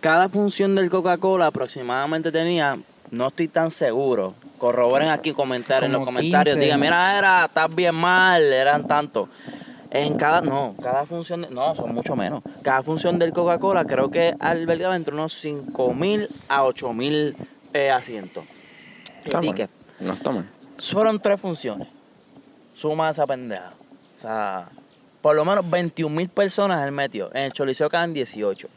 Speaker 2: Cada función del Coca-Cola aproximadamente tenía No estoy tan seguro. Corroboren aquí comentarios, en los
Speaker 3: Como
Speaker 2: comentarios.
Speaker 3: 15,
Speaker 2: Digan,
Speaker 3: ¿no?
Speaker 2: mira, era, estás bien mal, eran tanto. En cada, no, cada función, de- no, son mucho menos. Cada función del Coca-Cola creo que albergaba entre unos 5.000 a 8.000 eh, asientos.
Speaker 1: Está mal.
Speaker 2: Tickets.
Speaker 1: No está mal.
Speaker 2: Fueron tres funciones. Suma esa pendeja. O sea, por lo menos 21 mil personas él metió. En el Choliseo quedan 18.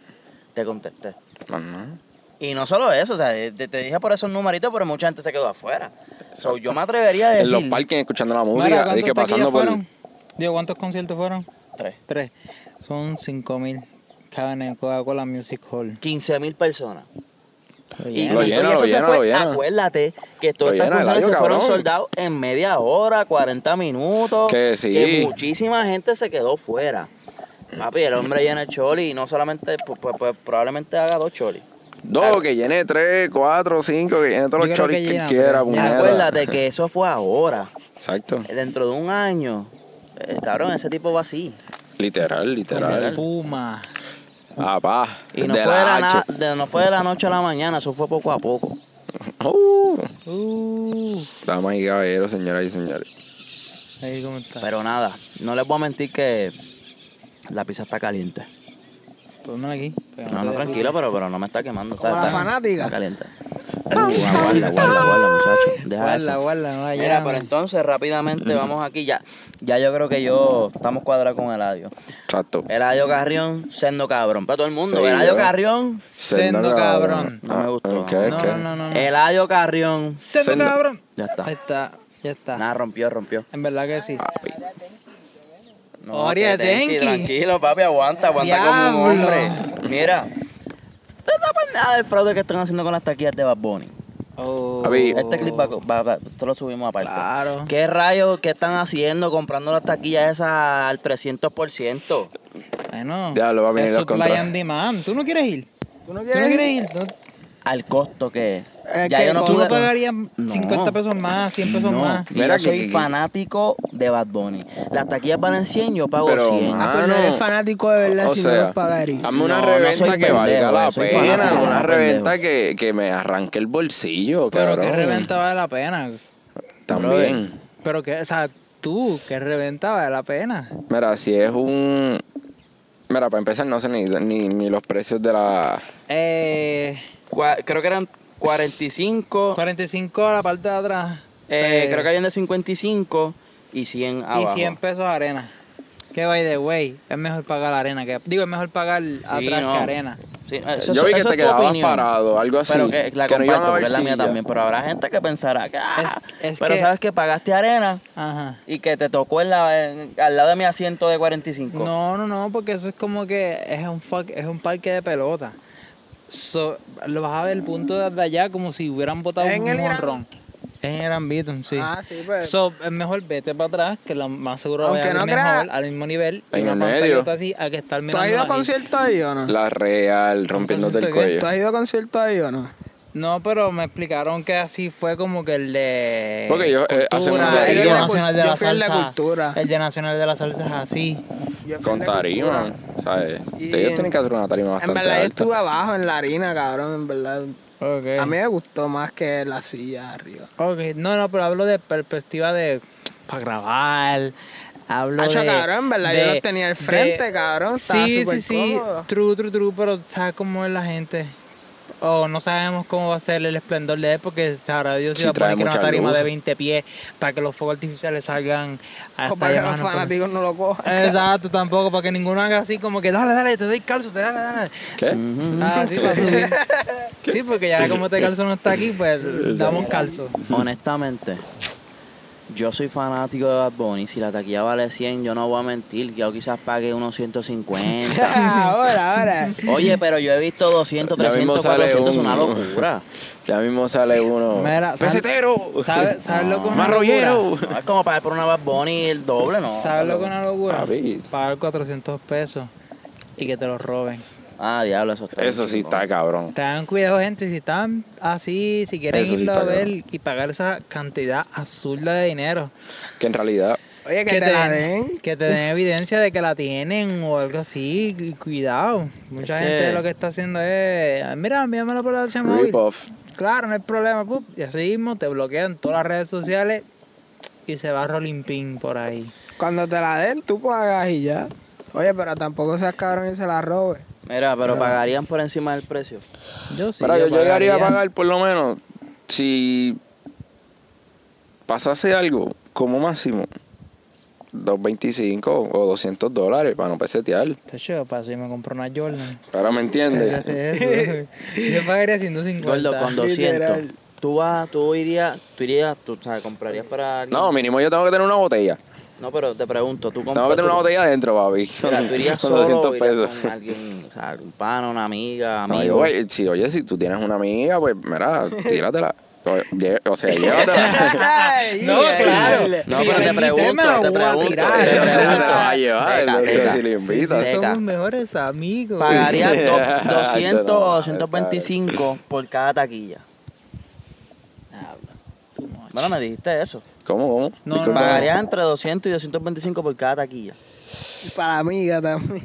Speaker 2: Te contesté.
Speaker 1: Más nada.
Speaker 2: Y no solo eso, o sea, te, te dije por esos numeritos, pero mucha gente se quedó afuera. So, yo me atrevería a decir.
Speaker 1: En los parques escuchando la
Speaker 3: Mira,
Speaker 1: música, y que
Speaker 3: ¿cuántas
Speaker 1: pasando por.
Speaker 3: taquillas fueron? Digo, ¿cuántos conciertos fueron?
Speaker 2: Tres.
Speaker 3: Tres. Son 5.000. Caben en el Coca-Cola Music Hall.
Speaker 2: 15 mil personas. Y,
Speaker 1: Lo
Speaker 2: y- y
Speaker 1: llena,
Speaker 2: eso
Speaker 1: lo
Speaker 2: se
Speaker 1: llena,
Speaker 2: fue.
Speaker 1: lo llena.
Speaker 2: Acuérdate que
Speaker 1: Lo
Speaker 2: todas estas
Speaker 1: llena,
Speaker 2: funciones
Speaker 1: Eladio,
Speaker 2: se fueron
Speaker 1: cabrón.
Speaker 2: soldados en media hora, 40 minutos.
Speaker 1: Que sí.
Speaker 2: que muchísima gente se quedó fuera. Papi, el hombre llena el choli y no solamente, pues, pues- pues probablemente haga dos cholis.
Speaker 1: Dos, que llene tres, cuatro, cinco, que llene todos
Speaker 3: Yo
Speaker 1: los
Speaker 3: creo que
Speaker 1: cholis que,
Speaker 3: llena,
Speaker 1: quiera,
Speaker 3: pero-
Speaker 1: puñeta.
Speaker 2: Acuérdate que eso fue ahora.
Speaker 1: Exacto.
Speaker 2: Dentro de un año, eh, cabrón, ese tipo va así.
Speaker 1: Literal, literal.
Speaker 3: Puma.
Speaker 1: Ah, pa.
Speaker 2: Y no
Speaker 1: de
Speaker 2: fue,
Speaker 1: la
Speaker 2: de la na-
Speaker 1: H.
Speaker 2: de, no fue de la noche a la mañana, eso fue poco a poco.
Speaker 1: Uh,
Speaker 3: Uh.
Speaker 1: damas y caballeros, señoras y señores.
Speaker 3: Ahí cómo está.
Speaker 2: Pero nada, no les voy a mentir que la pizza está caliente.
Speaker 3: Pónmela aquí. para que
Speaker 2: No,
Speaker 3: te
Speaker 2: no,
Speaker 3: dé
Speaker 2: tranquilo, pero, pero no me está quemando.
Speaker 4: Como
Speaker 2: ¿sabes?
Speaker 4: la
Speaker 2: Está-
Speaker 4: fanática.
Speaker 2: Está caliente. Uh, guarda, guarda, guarda, muchacho.
Speaker 3: puma.
Speaker 2: Deja
Speaker 3: Guarda,
Speaker 2: eso.
Speaker 3: guarda. No la
Speaker 2: Mira, pero
Speaker 3: llames.
Speaker 2: entonces rápidamente vamos aquí ya. Ya yo creo que yo estamos cuadrados con Eladio.
Speaker 1: Exacto.
Speaker 2: Eladio Carrión, sendo cabrón. Para todo el mundo,
Speaker 1: Sí,
Speaker 2: Eladio
Speaker 1: yo.
Speaker 2: Carrión,
Speaker 3: Sendo cabrón.
Speaker 2: No me gustó.
Speaker 1: Ah, ok,
Speaker 3: No,
Speaker 1: ok.
Speaker 3: no, no, no. no.
Speaker 2: Eladio Carrión.
Speaker 3: Sendo,
Speaker 1: Sendo.
Speaker 3: cabrón.
Speaker 2: Ya
Speaker 3: Ahí
Speaker 2: eh, está.
Speaker 3: está. Ya está.
Speaker 2: Nada, rompió, rompió.
Speaker 3: En verdad que sí.
Speaker 1: Papi.
Speaker 3: Oye,
Speaker 2: que tenki,
Speaker 3: tenki.
Speaker 2: Tranquilo, papi, aguanta, aguanta como un
Speaker 3: Oh, Diablo.
Speaker 2: hombre. Mira, esa nada del fraude que están haciendo con las taquillas de Bad Bunny.
Speaker 3: Oh.
Speaker 1: Papi,
Speaker 2: Este clip va, va- va- esto lo subimos aparte.
Speaker 3: Claro.
Speaker 2: ¿Qué rayos que están haciendo comprando las taquillas esas al 300%?
Speaker 3: Bueno.
Speaker 1: Diablo, va a venir
Speaker 3: es
Speaker 1: los
Speaker 3: supply
Speaker 1: contras.
Speaker 3: and demand. ¿Tú no quieres ir?
Speaker 4: ¿Tú no
Speaker 3: ¿Tú no
Speaker 4: quieres
Speaker 3: quieres
Speaker 4: ir?
Speaker 3: ir? ¿Tú,
Speaker 2: Al costo que es.
Speaker 4: Eh, que
Speaker 3: tú no
Speaker 2: pude-
Speaker 3: pagarías
Speaker 2: No.
Speaker 3: 50 pesos más, 100 pesos
Speaker 2: No,
Speaker 3: más?
Speaker 2: y
Speaker 1: Mira
Speaker 2: yo soy
Speaker 1: que-
Speaker 2: fanático de Bad Bunny. Las taquillas van en 100, yo pago
Speaker 1: Pero,
Speaker 2: 100.
Speaker 1: ma-
Speaker 4: Ah, pues no
Speaker 1: Ah,
Speaker 4: eres
Speaker 1: no.
Speaker 4: fanático de verdad
Speaker 1: O
Speaker 4: si no
Speaker 1: sea, Ah,
Speaker 4: los pagarías.
Speaker 1: Hazme una
Speaker 2: No, no
Speaker 1: reventa
Speaker 2: soy
Speaker 1: que
Speaker 2: pendejo,
Speaker 1: valga
Speaker 2: eh,
Speaker 1: la
Speaker 2: soy
Speaker 1: pena,
Speaker 2: fanático, no
Speaker 1: una
Speaker 2: pendejo.
Speaker 1: reventa que, que me arranque el bolsillo,
Speaker 3: Pero
Speaker 1: cabrón.
Speaker 3: qué reventa vale la pena.
Speaker 1: También.
Speaker 3: Pero que, o sea, tú, que reventa vale la pena.
Speaker 1: Mira, si es un... Mira, para empezar no sé ni, ni, ni los precios de la...
Speaker 3: Eh,
Speaker 2: Cua- Creo que eran 45.
Speaker 3: 45 a la parte de atrás.
Speaker 2: Eh,
Speaker 3: Eh,
Speaker 2: creo que habían de 55 y 100 abajo.
Speaker 3: Y 100 pesos arena. Que by the way, es mejor pagar arena que. Digo, es mejor pagar atrás
Speaker 2: no.
Speaker 3: que arena.
Speaker 2: Sí, eso-
Speaker 1: Yo vi
Speaker 2: eso
Speaker 1: que
Speaker 2: es
Speaker 1: te
Speaker 2: tu
Speaker 1: quedabas
Speaker 2: opinión.
Speaker 1: parado, algo así,
Speaker 2: Pero que la
Speaker 1: que no iban a
Speaker 2: comparto, porque
Speaker 1: haber
Speaker 2: es la mía
Speaker 1: silla.
Speaker 2: también. Pero habrá gente que pensará que. ah,
Speaker 3: Es- es
Speaker 2: pero
Speaker 3: que-
Speaker 2: sabes que pagaste arena
Speaker 3: Ajá.
Speaker 2: y que te tocó en la, en- al lado de mi asiento de 45.
Speaker 3: No, no, no, porque eso es como que es un, fuck- es un parque de pelota. So, lo vas a ver el punto desde allá como si hubieran botado
Speaker 4: ¿En
Speaker 3: un
Speaker 4: el Irán?
Speaker 3: honrón. Es en el ámbito, sí.
Speaker 4: Ah, sí, pues.
Speaker 3: So, es mejor vete para atrás, que lo más seguro
Speaker 4: Aunque
Speaker 3: va a
Speaker 4: no
Speaker 3: no
Speaker 4: creas-
Speaker 3: mejor, al mismo nivel. y
Speaker 1: En
Speaker 3: una
Speaker 1: el medio.
Speaker 3: pantallota Así, a que estar
Speaker 4: ¿Tú
Speaker 3: mirando
Speaker 4: has ido a
Speaker 3: ahí.
Speaker 4: conciertos ahí o no?
Speaker 1: La real, rompiéndote el
Speaker 3: ¿Entonces
Speaker 1: cuello.
Speaker 4: ¿Tú has ido a conciertos ahí o no?
Speaker 3: No, pero me explicaron que así fue como que el de.
Speaker 1: Porque yo, eh, hace
Speaker 3: cultura,
Speaker 1: unos días
Speaker 3: el
Speaker 1: yo
Speaker 3: de
Speaker 1: fui al-
Speaker 3: Nacional de
Speaker 4: yo
Speaker 3: la
Speaker 4: fui al de
Speaker 3: Salsa.
Speaker 4: cultura.
Speaker 3: El de Nacional de la Salsa es así.
Speaker 4: Yo fui
Speaker 1: Con
Speaker 4: al de
Speaker 1: tarima,
Speaker 4: cultura.
Speaker 1: ¿sabes?
Speaker 4: Y-
Speaker 1: Ellos tienen que hacer una tarima
Speaker 4: En
Speaker 1: bastante
Speaker 4: verdad yo estuve
Speaker 1: alta.
Speaker 4: abajo en la harina, cabrón, en verdad. A mí me gustó más que la silla arriba.
Speaker 3: Ok, no, no, pero hablo de perspectiva de. para grabar. Hablo
Speaker 4: Hacho,
Speaker 3: de.
Speaker 4: cabrón, en verdad, yo
Speaker 3: de-
Speaker 4: los tenía al frente, cabrón, estaba
Speaker 3: Sí, sí,
Speaker 4: súper
Speaker 3: sí.
Speaker 4: cómodo.
Speaker 3: True, true, true, pero ¿sabes cómo es la gente? O no sabemos cómo va a ser el esplendor de él, porque sabrá Dios si
Speaker 1: Sí,
Speaker 3: va a
Speaker 1: trae
Speaker 3: poner que una
Speaker 1: muchas
Speaker 3: tarima
Speaker 1: luces.
Speaker 3: de 20 pies para que los fuegos artificiales salgan hasta
Speaker 4: O para que
Speaker 3: allá,
Speaker 4: los
Speaker 3: no, pero-
Speaker 4: fanáticos no lo cojan.
Speaker 3: Eh. Exacto, tampoco, para que ninguno haga así como que dale, dale, te doy calzo, te dale, dale.
Speaker 1: ¿Qué?
Speaker 3: Ah, sí, para subir. Sí, porque ya como este calzo no está aquí, pues damos calzo.
Speaker 2: Honestamente, yo soy fanático de Bad Bunny. Si la taquilla vale 100, yo no voy a mentir. Yo quizás pague unos 150.
Speaker 4: ahora, ahora.
Speaker 2: Oye, pero yo he visto 200,
Speaker 1: Ya mismo
Speaker 2: 300,
Speaker 1: sale
Speaker 2: 400, es una
Speaker 1: un-
Speaker 2: locura.
Speaker 1: Ya mismo sale uno.
Speaker 3: Mira, ¿sabes-
Speaker 1: ¡Pesetero!
Speaker 3: ¿Sabes sabe lo que es una
Speaker 1: ¡Marrollero!
Speaker 2: No, es como pagar por una Bad Bunny el doble, ¿no?
Speaker 3: locura? ¿Sabes lo que es una locura?
Speaker 1: Papi.
Speaker 3: Pagar 400 pesos y que te los roben.
Speaker 2: Ah, diablo, eso está.
Speaker 1: Eso
Speaker 2: bien
Speaker 1: sí
Speaker 2: chingón.
Speaker 1: está cabrón.
Speaker 3: Tengan cuidado, gente, si están así, si quieren
Speaker 1: Eso sí
Speaker 3: irlo a
Speaker 1: está
Speaker 3: ver
Speaker 1: cabrón.
Speaker 3: y pagar esa cantidad absurda de dinero.
Speaker 1: Que en realidad...
Speaker 4: Oye, que te la den.
Speaker 3: que te den evidencia de que la tienen o algo así. cu- Cuidado. Mucha
Speaker 2: Es
Speaker 3: gente
Speaker 2: que-
Speaker 3: lo que está haciendo es. "Ah, Mira, envíamelo por la noche móvil.
Speaker 1: Rip off.
Speaker 3: claro, no hay problema. pup, Y así mismo te bloquean todas las redes sociales y se va Rolling Pin por ahí.
Speaker 4: Cuando te la den, tú pagas y ya. Oye, pero tampoco seas cabrón y se la robes.
Speaker 2: Mira, pero pagarían por encima del precio.
Speaker 3: Yo sí.
Speaker 1: Pero yo llegaría a
Speaker 3: pagaría.
Speaker 1: pagar por lo menos si pasase algo como máximo 225 o 200 dólares para no pesetear.
Speaker 3: Tacho, para eso yo me compro una Jordan.
Speaker 1: Ahora me
Speaker 3: Eh,
Speaker 1: entiendes.
Speaker 3: Fíjate eso. yo pagaría 150.
Speaker 2: Gordo, con 200.
Speaker 4: literal.
Speaker 2: Tú vas, tú irías, tú irías, tú sabes, comprarías para alguien.
Speaker 1: No, mínimo yo tengo que tener una botella.
Speaker 2: No, pero te pregunto, tú compras.
Speaker 1: Tengo que tener una botella adentro, papi.
Speaker 2: Mira, tú irías
Speaker 1: Con
Speaker 2: solo o irías con alguien, o sea, un pana, una amiga,
Speaker 1: No,
Speaker 2: amigo.
Speaker 1: yo, oye, si, oye, si tú tienes una amiga, pues mira, tíratela. O, lle- o sea, llévatela.
Speaker 3: No, claro.
Speaker 2: No,
Speaker 3: Si
Speaker 2: pero
Speaker 3: la
Speaker 2: te
Speaker 3: invité, me
Speaker 2: pregunto,
Speaker 3: la
Speaker 2: te
Speaker 3: voy a
Speaker 2: pregunto.
Speaker 3: tirar.
Speaker 1: Te vas a
Speaker 2: Teca,
Speaker 1: llevar, entonces,
Speaker 2: teca.
Speaker 1: si le invitas.
Speaker 2: Sí, sí.
Speaker 3: Somos mejores amigos.
Speaker 2: Pagarías do- 200 o
Speaker 1: Ay,
Speaker 2: 225 por cada taquilla. Habla. Bueno, me dijiste eso.
Speaker 1: ¿Cómo, cómo?
Speaker 3: No, no,
Speaker 1: Disculpa.
Speaker 2: Pagarías entre 200 y 225 por cada taquilla.
Speaker 4: Y para la amiga también.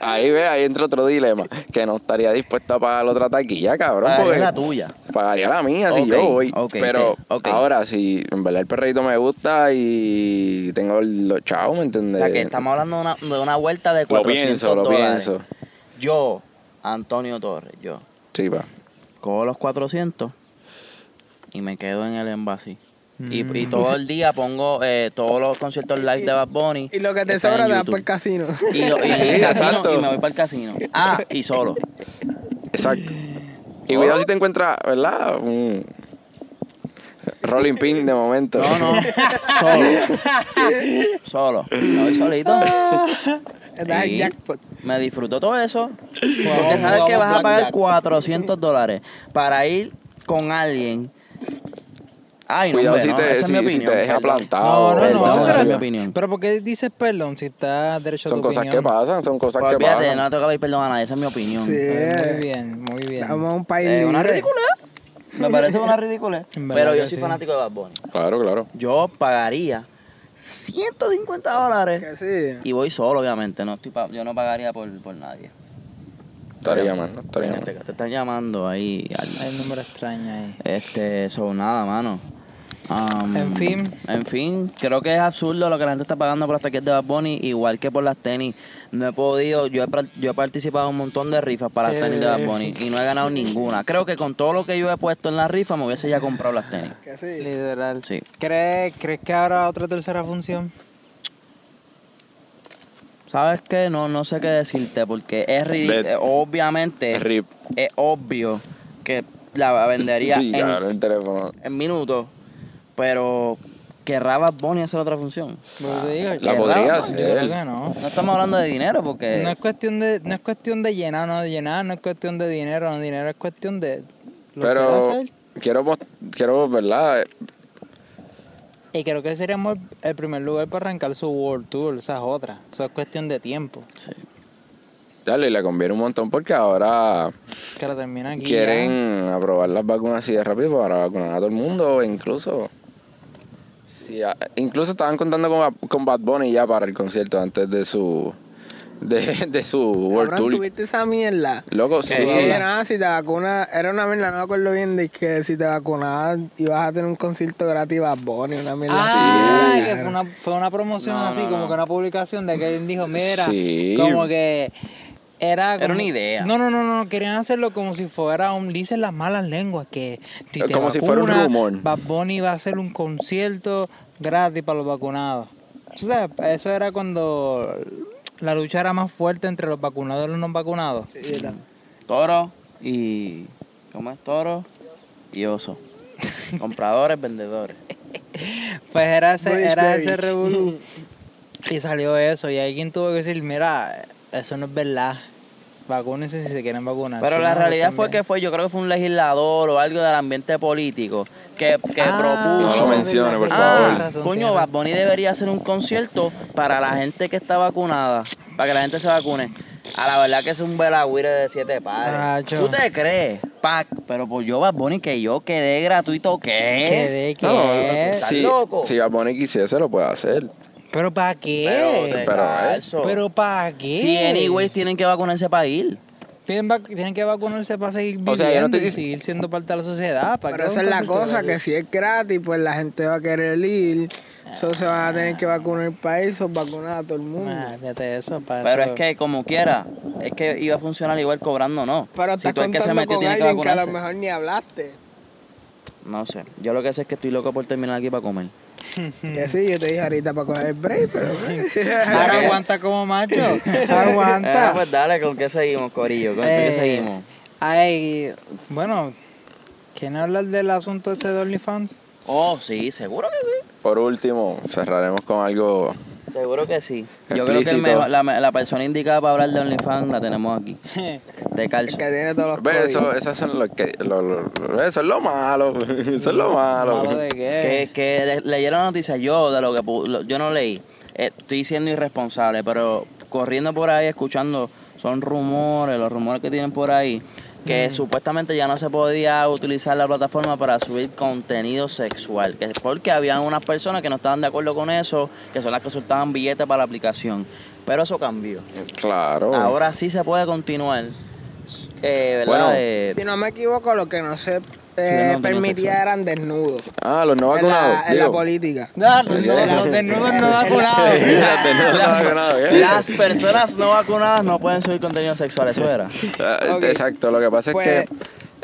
Speaker 1: Ahí ve, ahí entra otro dilema. Que no estaría dispuesta a pagar la otra taquilla, cabrón.
Speaker 2: Pagarías
Speaker 1: porque
Speaker 2: la tuya.
Speaker 1: Pagaría la mía si
Speaker 2: Ok,
Speaker 1: yo voy.
Speaker 2: ok,
Speaker 1: pero
Speaker 2: ok, ok.
Speaker 1: ahora, si en verdad el perrito me gusta y tengo el- los chavos, ¿me
Speaker 2: O
Speaker 1: entiendes?
Speaker 2: sea, que estamos hablando de una, de una vuelta de
Speaker 1: Lo
Speaker 2: 400
Speaker 1: pienso, lo
Speaker 2: dólares.
Speaker 1: pienso.
Speaker 2: Yo, Antonio Torres, yo,
Speaker 1: Sí, pa.
Speaker 2: cojo los 400 y me quedo en el embassy. Y, y todo el día pongo eh, todos los conciertos live de Bad Bunny.
Speaker 4: Y lo que te
Speaker 2: están en
Speaker 4: sobra te das
Speaker 2: YouTube.
Speaker 4: por el casino.
Speaker 2: y, lo- y
Speaker 1: Sí,
Speaker 2: el casino,
Speaker 1: exacto.
Speaker 2: y me voy para el casino. Ah, y solo.
Speaker 1: Exacto. Y cuidado si te encuentras, ¿verdad? Un rolling pin de momento.
Speaker 2: No, no. Solo. Solo. Me voy solito.
Speaker 4: Estás
Speaker 2: Sí.
Speaker 4: en jackpot.
Speaker 2: Me disfruto todo eso. Porque sabes que vas a pagar 400 dólares para ir con alguien. Ay, no,
Speaker 1: Cuidado si
Speaker 2: hombre, no,
Speaker 1: te,
Speaker 2: esa es
Speaker 1: si-
Speaker 2: mi
Speaker 1: si
Speaker 2: opinión.
Speaker 1: te deja
Speaker 2: perdón.
Speaker 1: plantado.
Speaker 3: No, no, no.
Speaker 2: Perdón,
Speaker 1: cosas
Speaker 2: esa
Speaker 3: pero,
Speaker 2: es mi
Speaker 1: así.
Speaker 2: opinión.
Speaker 3: pero ¿por qué dices perdón si está derecho a
Speaker 1: Son
Speaker 3: tu
Speaker 1: cosas que
Speaker 3: opinión?
Speaker 1: pasan, son cosas
Speaker 2: Pues
Speaker 1: que
Speaker 2: olvídate,
Speaker 1: pasan.
Speaker 2: no tengo que pedir perdón a nadie, esa es mi opinión.
Speaker 4: Sí.
Speaker 3: Eh, Muy bien, muy bien.
Speaker 4: Vamos a un país
Speaker 2: Es una
Speaker 4: libre.
Speaker 2: ridícula. Me parece una ridícula.
Speaker 3: En verdad
Speaker 2: Pero yo
Speaker 3: que
Speaker 2: soy
Speaker 3: sí.
Speaker 2: fanático de Bad Bunny.
Speaker 1: Claro, claro.
Speaker 2: Yo pagaría 150 dólares.
Speaker 4: Que sí.
Speaker 2: Y voy solo, obviamente. No estoy pa- yo no pagaría por, por nadie.
Speaker 1: Estaría mal, no estaría
Speaker 2: Te,
Speaker 1: mal.
Speaker 2: te están llamando ahí. alguien.
Speaker 3: Hay un número extraño ahí.
Speaker 2: Este, son nada, mano. Am,
Speaker 3: En fin.
Speaker 2: En fin, creo que es absurdo lo que la gente está pagando por las taquillas de Bad Bunny, igual que por las tenis. No he podido, yo he, pra- yo he participado en un montón de rifas para las tenis de
Speaker 3: Eh.
Speaker 2: Bad Bunny y no he ganado ninguna. Creo que con todo lo que yo he puesto en la rifa me hubiese ya comprado las tenis.
Speaker 4: Que sí.
Speaker 3: Literal.
Speaker 2: Sí.
Speaker 3: ¿Crees, ¿Crees que habrá otra tercera función?
Speaker 2: ¿Sabes qué? No, no sé qué decirte porque es
Speaker 1: Ve-
Speaker 2: ridículo. Obviamente,
Speaker 1: Rip.
Speaker 2: es obvio que la vendería
Speaker 1: Sí,
Speaker 2: en,
Speaker 1: claro, el teléfono.
Speaker 2: en minutos, pero querrá Bad Bunny hacer otra función.
Speaker 3: Porque Pues te digo,
Speaker 1: La
Speaker 3: que-
Speaker 1: podría
Speaker 3: no,
Speaker 1: hacer.
Speaker 3: Yo creo que no.
Speaker 2: No estamos hablando de dinero porque...
Speaker 3: No es cuestión de, no es cuestión de llenar, no de llenar, no es cuestión de dinero, no de dinero, es cuestión de lo que
Speaker 1: Pero
Speaker 3: hacer.
Speaker 1: quiero, mos- quiero, ¿verdad?
Speaker 3: Y creo que seríamos el- el primer lugar para arrancar su World Tour, esa es otra. Eso es cuestión de tiempo.
Speaker 2: Sí.
Speaker 1: Dale, le conviene un montón porque ahora
Speaker 3: Que la termina aquí.
Speaker 1: quieren aprobar las vacunas así de rápido para vacunar a todo el mundo, incluso. si a- incluso estaban contando con, Ba- con Bad Bunny ya para el concierto antes de su de, de su World
Speaker 4: Cabrón,
Speaker 1: Tour.
Speaker 4: tuviste esa mierda.
Speaker 1: Loco,
Speaker 4: Sí,
Speaker 1: sí.
Speaker 4: era si te vacunas, era una mierda, no me acuerdo bien de que si te vacunabas ibas a tener un concierto gratis Bad Bunny, una
Speaker 3: ya.
Speaker 4: mierda
Speaker 3: Ah,
Speaker 4: así.
Speaker 3: que fue una, fue una promoción
Speaker 2: No,
Speaker 3: así,
Speaker 2: no,
Speaker 3: como
Speaker 2: no.
Speaker 3: que una publicación de que alguien dijo, mira,
Speaker 1: Sí.
Speaker 3: como que era
Speaker 2: Era
Speaker 3: como-
Speaker 2: una idea.
Speaker 3: No, no, no, no, querían hacerlo como si fuera un dicen las malas lenguas que si te
Speaker 1: Eh, Como si fuera un
Speaker 3: vacunas,
Speaker 1: rumor.
Speaker 3: Bad Bunny va a hacer un concierto gratis para los vacunados. Tú sabes, eso era cuando la lucha era más fuerte entre los vacunados y los no vacunados.
Speaker 4: Sí, era.
Speaker 2: Toro y... ¿Cómo es? Toro y oso. Compradores, vendedores.
Speaker 3: Pues era ese,
Speaker 4: Bridge
Speaker 3: era
Speaker 4: Bridge.
Speaker 3: ese revolú. Y salió eso. Y alguien tuvo que decir, mira, eso no es verdad. Vacúnense si se quieren vacunar.
Speaker 2: Pero
Speaker 3: Si
Speaker 2: la
Speaker 3: no,
Speaker 2: realidad
Speaker 3: pues
Speaker 2: fue que
Speaker 3: también".
Speaker 2: fue, yo creo que fue un legislador o algo del ambiente político que, que
Speaker 3: Ah,
Speaker 1: No lo
Speaker 2: propuso...
Speaker 1: mencione, por
Speaker 2: Ah,
Speaker 1: favor.
Speaker 3: razón,
Speaker 2: coño,
Speaker 3: tienes
Speaker 2: Bad Bunny debería hacer un concierto para la gente que está vacunada, para que la gente se vacune. A la verdad que es un velagüire de siete padres.
Speaker 3: Nacho.
Speaker 2: ¿Tú te crees? Pac, pero por yo, Bad Bunny, que yo quedé gratuito, ¿qué?
Speaker 3: Quedé, ¿qué?
Speaker 2: ¿Estás
Speaker 1: si,
Speaker 2: loco?
Speaker 1: si Bad Bunny quisiese, lo puede hacer.
Speaker 3: ¿Pero para
Speaker 2: Pero,
Speaker 3: qué?
Speaker 1: Pero, eh.
Speaker 2: pero,
Speaker 3: ¿Pero para qué?
Speaker 2: Si anyways tienen que vacunarse para ir.
Speaker 3: Tienen, vac- tienen que vacunarse para seguir viviendo
Speaker 1: O sea, yo no te
Speaker 3: y
Speaker 1: dic-
Speaker 3: seguir siendo parte de la sociedad. ¿para
Speaker 4: Pero
Speaker 3: qué
Speaker 4: esa es la
Speaker 3: consultorio?
Speaker 4: cosa, que si es gratis, pues la gente va a querer ir. Eso se van a tener que vacunar el país o vacunar a todo el mundo.
Speaker 3: Nah, Ah,
Speaker 2: Ah.
Speaker 3: fíjate de eso, para
Speaker 2: Pero
Speaker 3: eso-
Speaker 2: es que como quiera, es que iba a funcionar igual cobrando, ¿no?
Speaker 4: Pero estás
Speaker 2: si tú el que
Speaker 4: contando
Speaker 2: se metió
Speaker 4: con
Speaker 2: tiene que
Speaker 4: alguien que a lo
Speaker 2: vacunarse.
Speaker 4: mejor ni hablaste.
Speaker 2: No sé. Yo lo que sé es que estoy loco por terminar aquí para comer. Hmm.
Speaker 4: Que sí, yo te dije ahorita para coger el break, pero... pues,
Speaker 3: Ahora aguanta como macho.
Speaker 2: Ah,
Speaker 3: Aguanta.
Speaker 2: pues dale, ¿con qué seguimos, Corillo? ¿Con qué
Speaker 3: Eh,
Speaker 2: seguimos?
Speaker 3: Ay, bueno, ¿quieren hablar del asunto ese de OnlyFans?
Speaker 2: Oh, sí, seguro que sí.
Speaker 1: Por último, cerraremos con algo.
Speaker 2: Seguro que sí. Yo creo que el
Speaker 1: Explícito.
Speaker 2: mejor- la, la persona indicada para hablar de OnlyFans la tenemos aquí. De
Speaker 4: El
Speaker 2: calcio.
Speaker 4: que tiene todos los
Speaker 1: Ve, Eso,
Speaker 4: códigos.
Speaker 1: esas son lo que, lo- lo- eso es lo malo. Eso es Ah, lo malo.
Speaker 3: ¿Malo de
Speaker 2: Que,
Speaker 3: qué?
Speaker 2: que le- leyeron la noticia yo de lo que pu- lo- yo no leí. Eh, Estoy siendo irresponsable, pero corriendo por ahí, escuchando, son rumores, los rumores que tienen por ahí, que supuestamente ya no se podía utilizar la plataforma para subir contenido sexual. Que es porque habían unas personas que no estaban de acuerdo con eso, que son las que soltaban billetes para la aplicación. Pero eso cambió.
Speaker 1: Claro.
Speaker 2: Ahora sí se puede continuar. Eh, ¿verdad?
Speaker 1: Bueno.
Speaker 2: Eh,
Speaker 4: Si no me equivoco, lo que no se eh,
Speaker 2: no, no
Speaker 4: permitía
Speaker 2: sexual.
Speaker 4: eran desnudos.
Speaker 1: Ah, los no
Speaker 4: en
Speaker 1: vacunados.
Speaker 4: la, en la
Speaker 1: digo.
Speaker 4: política.
Speaker 3: No, no, los desnudos no vacunados.
Speaker 1: Los desnudos no vacunados, ¿eh?
Speaker 2: Las personas no vacunadas no pueden subir contenido sexual, eso era.
Speaker 1: Ah,
Speaker 4: Ok.
Speaker 1: Exacto, lo que pasa
Speaker 4: Pues,
Speaker 1: es que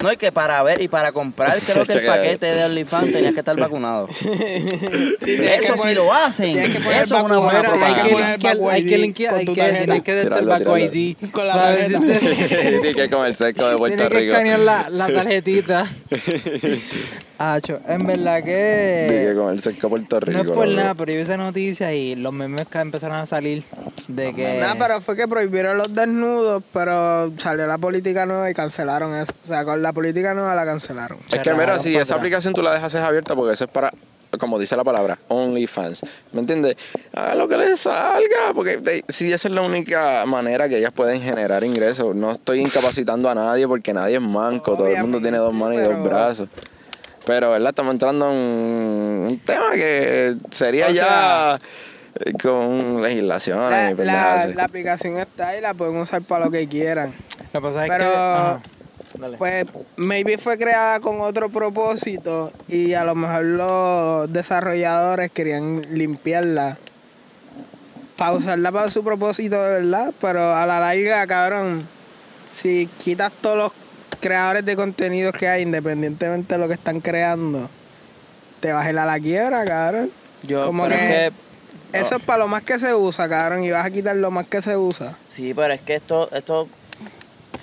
Speaker 2: No, y que para ver y para comprar, creo que el
Speaker 1: Chequea.
Speaker 2: paquete de OnlyFans tenías que estar vacunado.
Speaker 4: tienes que
Speaker 2: Eso sí
Speaker 4: poner-
Speaker 2: lo hacen.
Speaker 4: tienes que poner
Speaker 2: Eso es una buena
Speaker 4: vacuna,
Speaker 3: Hay que
Speaker 2: propaganda.
Speaker 4: poner-
Speaker 3: linkear, hay que linkear,
Speaker 4: Con
Speaker 3: hay
Speaker 4: tu
Speaker 3: que,
Speaker 4: tarjeta.
Speaker 3: tienes que darte el
Speaker 1: Tirarlo,
Speaker 3: Baco
Speaker 1: tirarlo.
Speaker 3: ID.
Speaker 4: Con la
Speaker 3: Para ver si
Speaker 4: tarjeta.
Speaker 3: te-
Speaker 1: Tiene que comer seco de Puerto
Speaker 3: Tienes Pues. que
Speaker 1: Rico.
Speaker 3: escanear la, la tarjetita. Acho, en verdad
Speaker 1: Tiene que
Speaker 3: que.
Speaker 1: comer seco de Puerto Rico.
Speaker 3: eh, No es por
Speaker 1: loco.
Speaker 3: nada, pero yo vi esa noticia y los memes que empezaron a salir de que.
Speaker 4: Nada, pero fue que prohibieron los desnudos, pero salió la política nueva y cancelaron eso. O sea, con la política nueva la cancelaron.
Speaker 1: Es que mira, si esa aplicación tú la dejas es abierta porque eso es para, como dice la palabra, OnlyFans. ¿Me entiendes? Hagan lo que les salga, porque de- si esa es la única manera que ellas pueden generar ingresos. No estoy incapacitando a nadie porque nadie es manco, todo el mundo tiene dos manos y dos
Speaker 4: Obviamente, pero-
Speaker 1: brazos. Pero, ¿verdad? Estamos entrando en un tema que sería
Speaker 4: O
Speaker 1: ya
Speaker 4: sea,
Speaker 1: eh, con legislación
Speaker 4: La,
Speaker 1: y
Speaker 4: la-
Speaker 1: pendejadas.
Speaker 4: la aplicación está ahí, la pueden usar para lo que quieran.
Speaker 3: Lo que pasa es que.
Speaker 4: Pero-
Speaker 3: ajá, dale.
Speaker 4: Pues, maybe fue creada con otro propósito y a lo mejor los desarrolladores querían limpiarla. Para usarla para su propósito de verdad, pero a la larga, cabrón, si quitas todos los creadores de contenidos que hay, independientemente de lo que están creando, te vas a ir a la quiebra, cabrón.
Speaker 2: Yo,
Speaker 4: Como
Speaker 2: pero
Speaker 4: que-
Speaker 2: es que-
Speaker 4: Eso es para lo más que se usa, cabrón, y vas a quitar lo más que se usa.
Speaker 2: Sí, pero es que esto, esto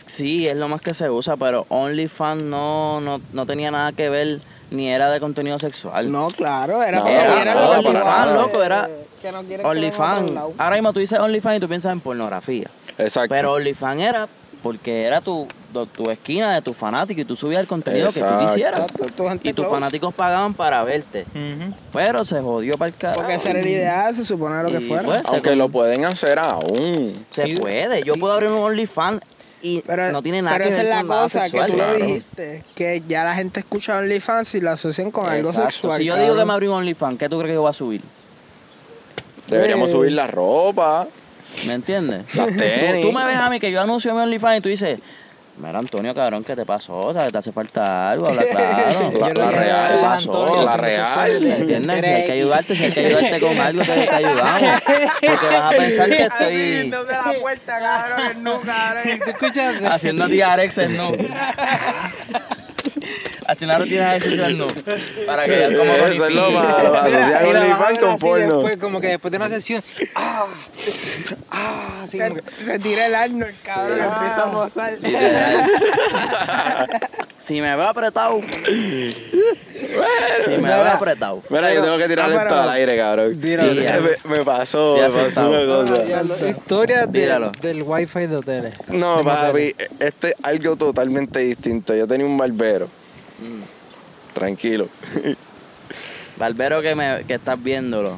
Speaker 2: sí es lo más que se usa, pero OnlyFans no, no, no tenía nada que ver ni era de contenido sexual.
Speaker 4: No, claro, era,
Speaker 1: No,
Speaker 4: para-
Speaker 1: era
Speaker 4: lo
Speaker 1: para
Speaker 4: que
Speaker 1: nada,
Speaker 4: igual,
Speaker 1: para
Speaker 2: nada. loco,
Speaker 4: eh,
Speaker 2: era
Speaker 4: que no quieren que lo
Speaker 2: OnlyFans.
Speaker 4: hagan a un lado.
Speaker 2: Ahora mismo tú dices OnlyFans y tú piensas en pornografía.
Speaker 1: Exacto.
Speaker 2: Pero OnlyFans era porque era tu, do- tu esquina de tu fanático y tú subías el contenido que
Speaker 1: Exacto.
Speaker 2: tú quisieras.
Speaker 4: Exacto, tu gente
Speaker 2: Y tus
Speaker 4: close.
Speaker 2: fanáticos pagaban para verte.
Speaker 3: Ujú.
Speaker 2: Pero se jodió para el carajo.
Speaker 4: Porque esa era la idea, se supone lo que
Speaker 2: Y,
Speaker 4: fuera.
Speaker 2: pues,
Speaker 1: Aunque lo pueden hacer aún.
Speaker 2: Se puede. Yo puedo abrir un OnlyFans y
Speaker 4: pero
Speaker 2: no tiene nada
Speaker 4: pero
Speaker 2: que
Speaker 4: esa
Speaker 2: ver
Speaker 4: es la
Speaker 2: con nada
Speaker 4: cosa que
Speaker 2: sexual.
Speaker 4: tú lo
Speaker 1: Claro.
Speaker 4: dijiste, que ya la gente escucha OnlyFans y la asocian con algo
Speaker 2: Exacto.
Speaker 4: sexual.
Speaker 2: Si yo digo que
Speaker 4: cabrón.
Speaker 2: me abrí un OnlyFans, ¿qué tú crees que yo voy a subir?
Speaker 1: Deberíamos
Speaker 4: Eh.
Speaker 1: subir la ropa,
Speaker 2: ¿Me entiendes?
Speaker 1: las tenis.
Speaker 2: Tú, tú me ves a mí que yo anuncio mi OnlyFans y tú dices, mira Antonio, cabrón, ¿qué te pasó? O sea, te hace falta algo, habla claro.
Speaker 1: La-
Speaker 3: Yo
Speaker 1: la
Speaker 3: lo que-
Speaker 1: real,
Speaker 2: ¿Qué
Speaker 3: Ah,
Speaker 2: pasó?
Speaker 3: Antonio,
Speaker 1: la
Speaker 3: si no se
Speaker 1: real.
Speaker 3: suele.
Speaker 2: ¿Me entiendes? Si hay que ayudarte, si hay que ayudarte con algo, te, te ayudamos. Porque vas a pensar que
Speaker 4: Así,
Speaker 2: estoy
Speaker 4: desde la puerta, cabrón, no, cabrón.
Speaker 3: ¿Tú escuchaste?
Speaker 2: haciendo diarex en no. Haciendo una rutina de ejercicio en no. Para que vean cómo
Speaker 1: Eso es lo malo,
Speaker 3: Mira,
Speaker 1: asociar
Speaker 3: y la vas a
Speaker 1: OnlyFans
Speaker 3: ver
Speaker 1: con
Speaker 3: así
Speaker 1: porno.
Speaker 3: Después, como que después de una sesión. ¡Ah! ¡Ah! Así como que-
Speaker 4: Se, se tira el Arnold, cabrón, y empieza a posar.
Speaker 2: Si me veo apretado. si me veo
Speaker 3: Mira.
Speaker 2: apretado.
Speaker 1: Mira, yo tengo que tirar
Speaker 4: Ah,
Speaker 1: esto
Speaker 4: pero-
Speaker 1: al aire, cabrón.
Speaker 3: Tíralo.
Speaker 1: Y- eh, me, me pasó,
Speaker 2: Ya
Speaker 1: me pasó
Speaker 2: sentado.
Speaker 1: una cosa.
Speaker 3: Historias de-
Speaker 2: Míralo.
Speaker 3: del wifi de hoteles.
Speaker 1: No, papi, este es algo totalmente distinto. Yo tenía un barbero. Mm. Tranquilo.
Speaker 2: Barbero que, me, que estás viéndolo.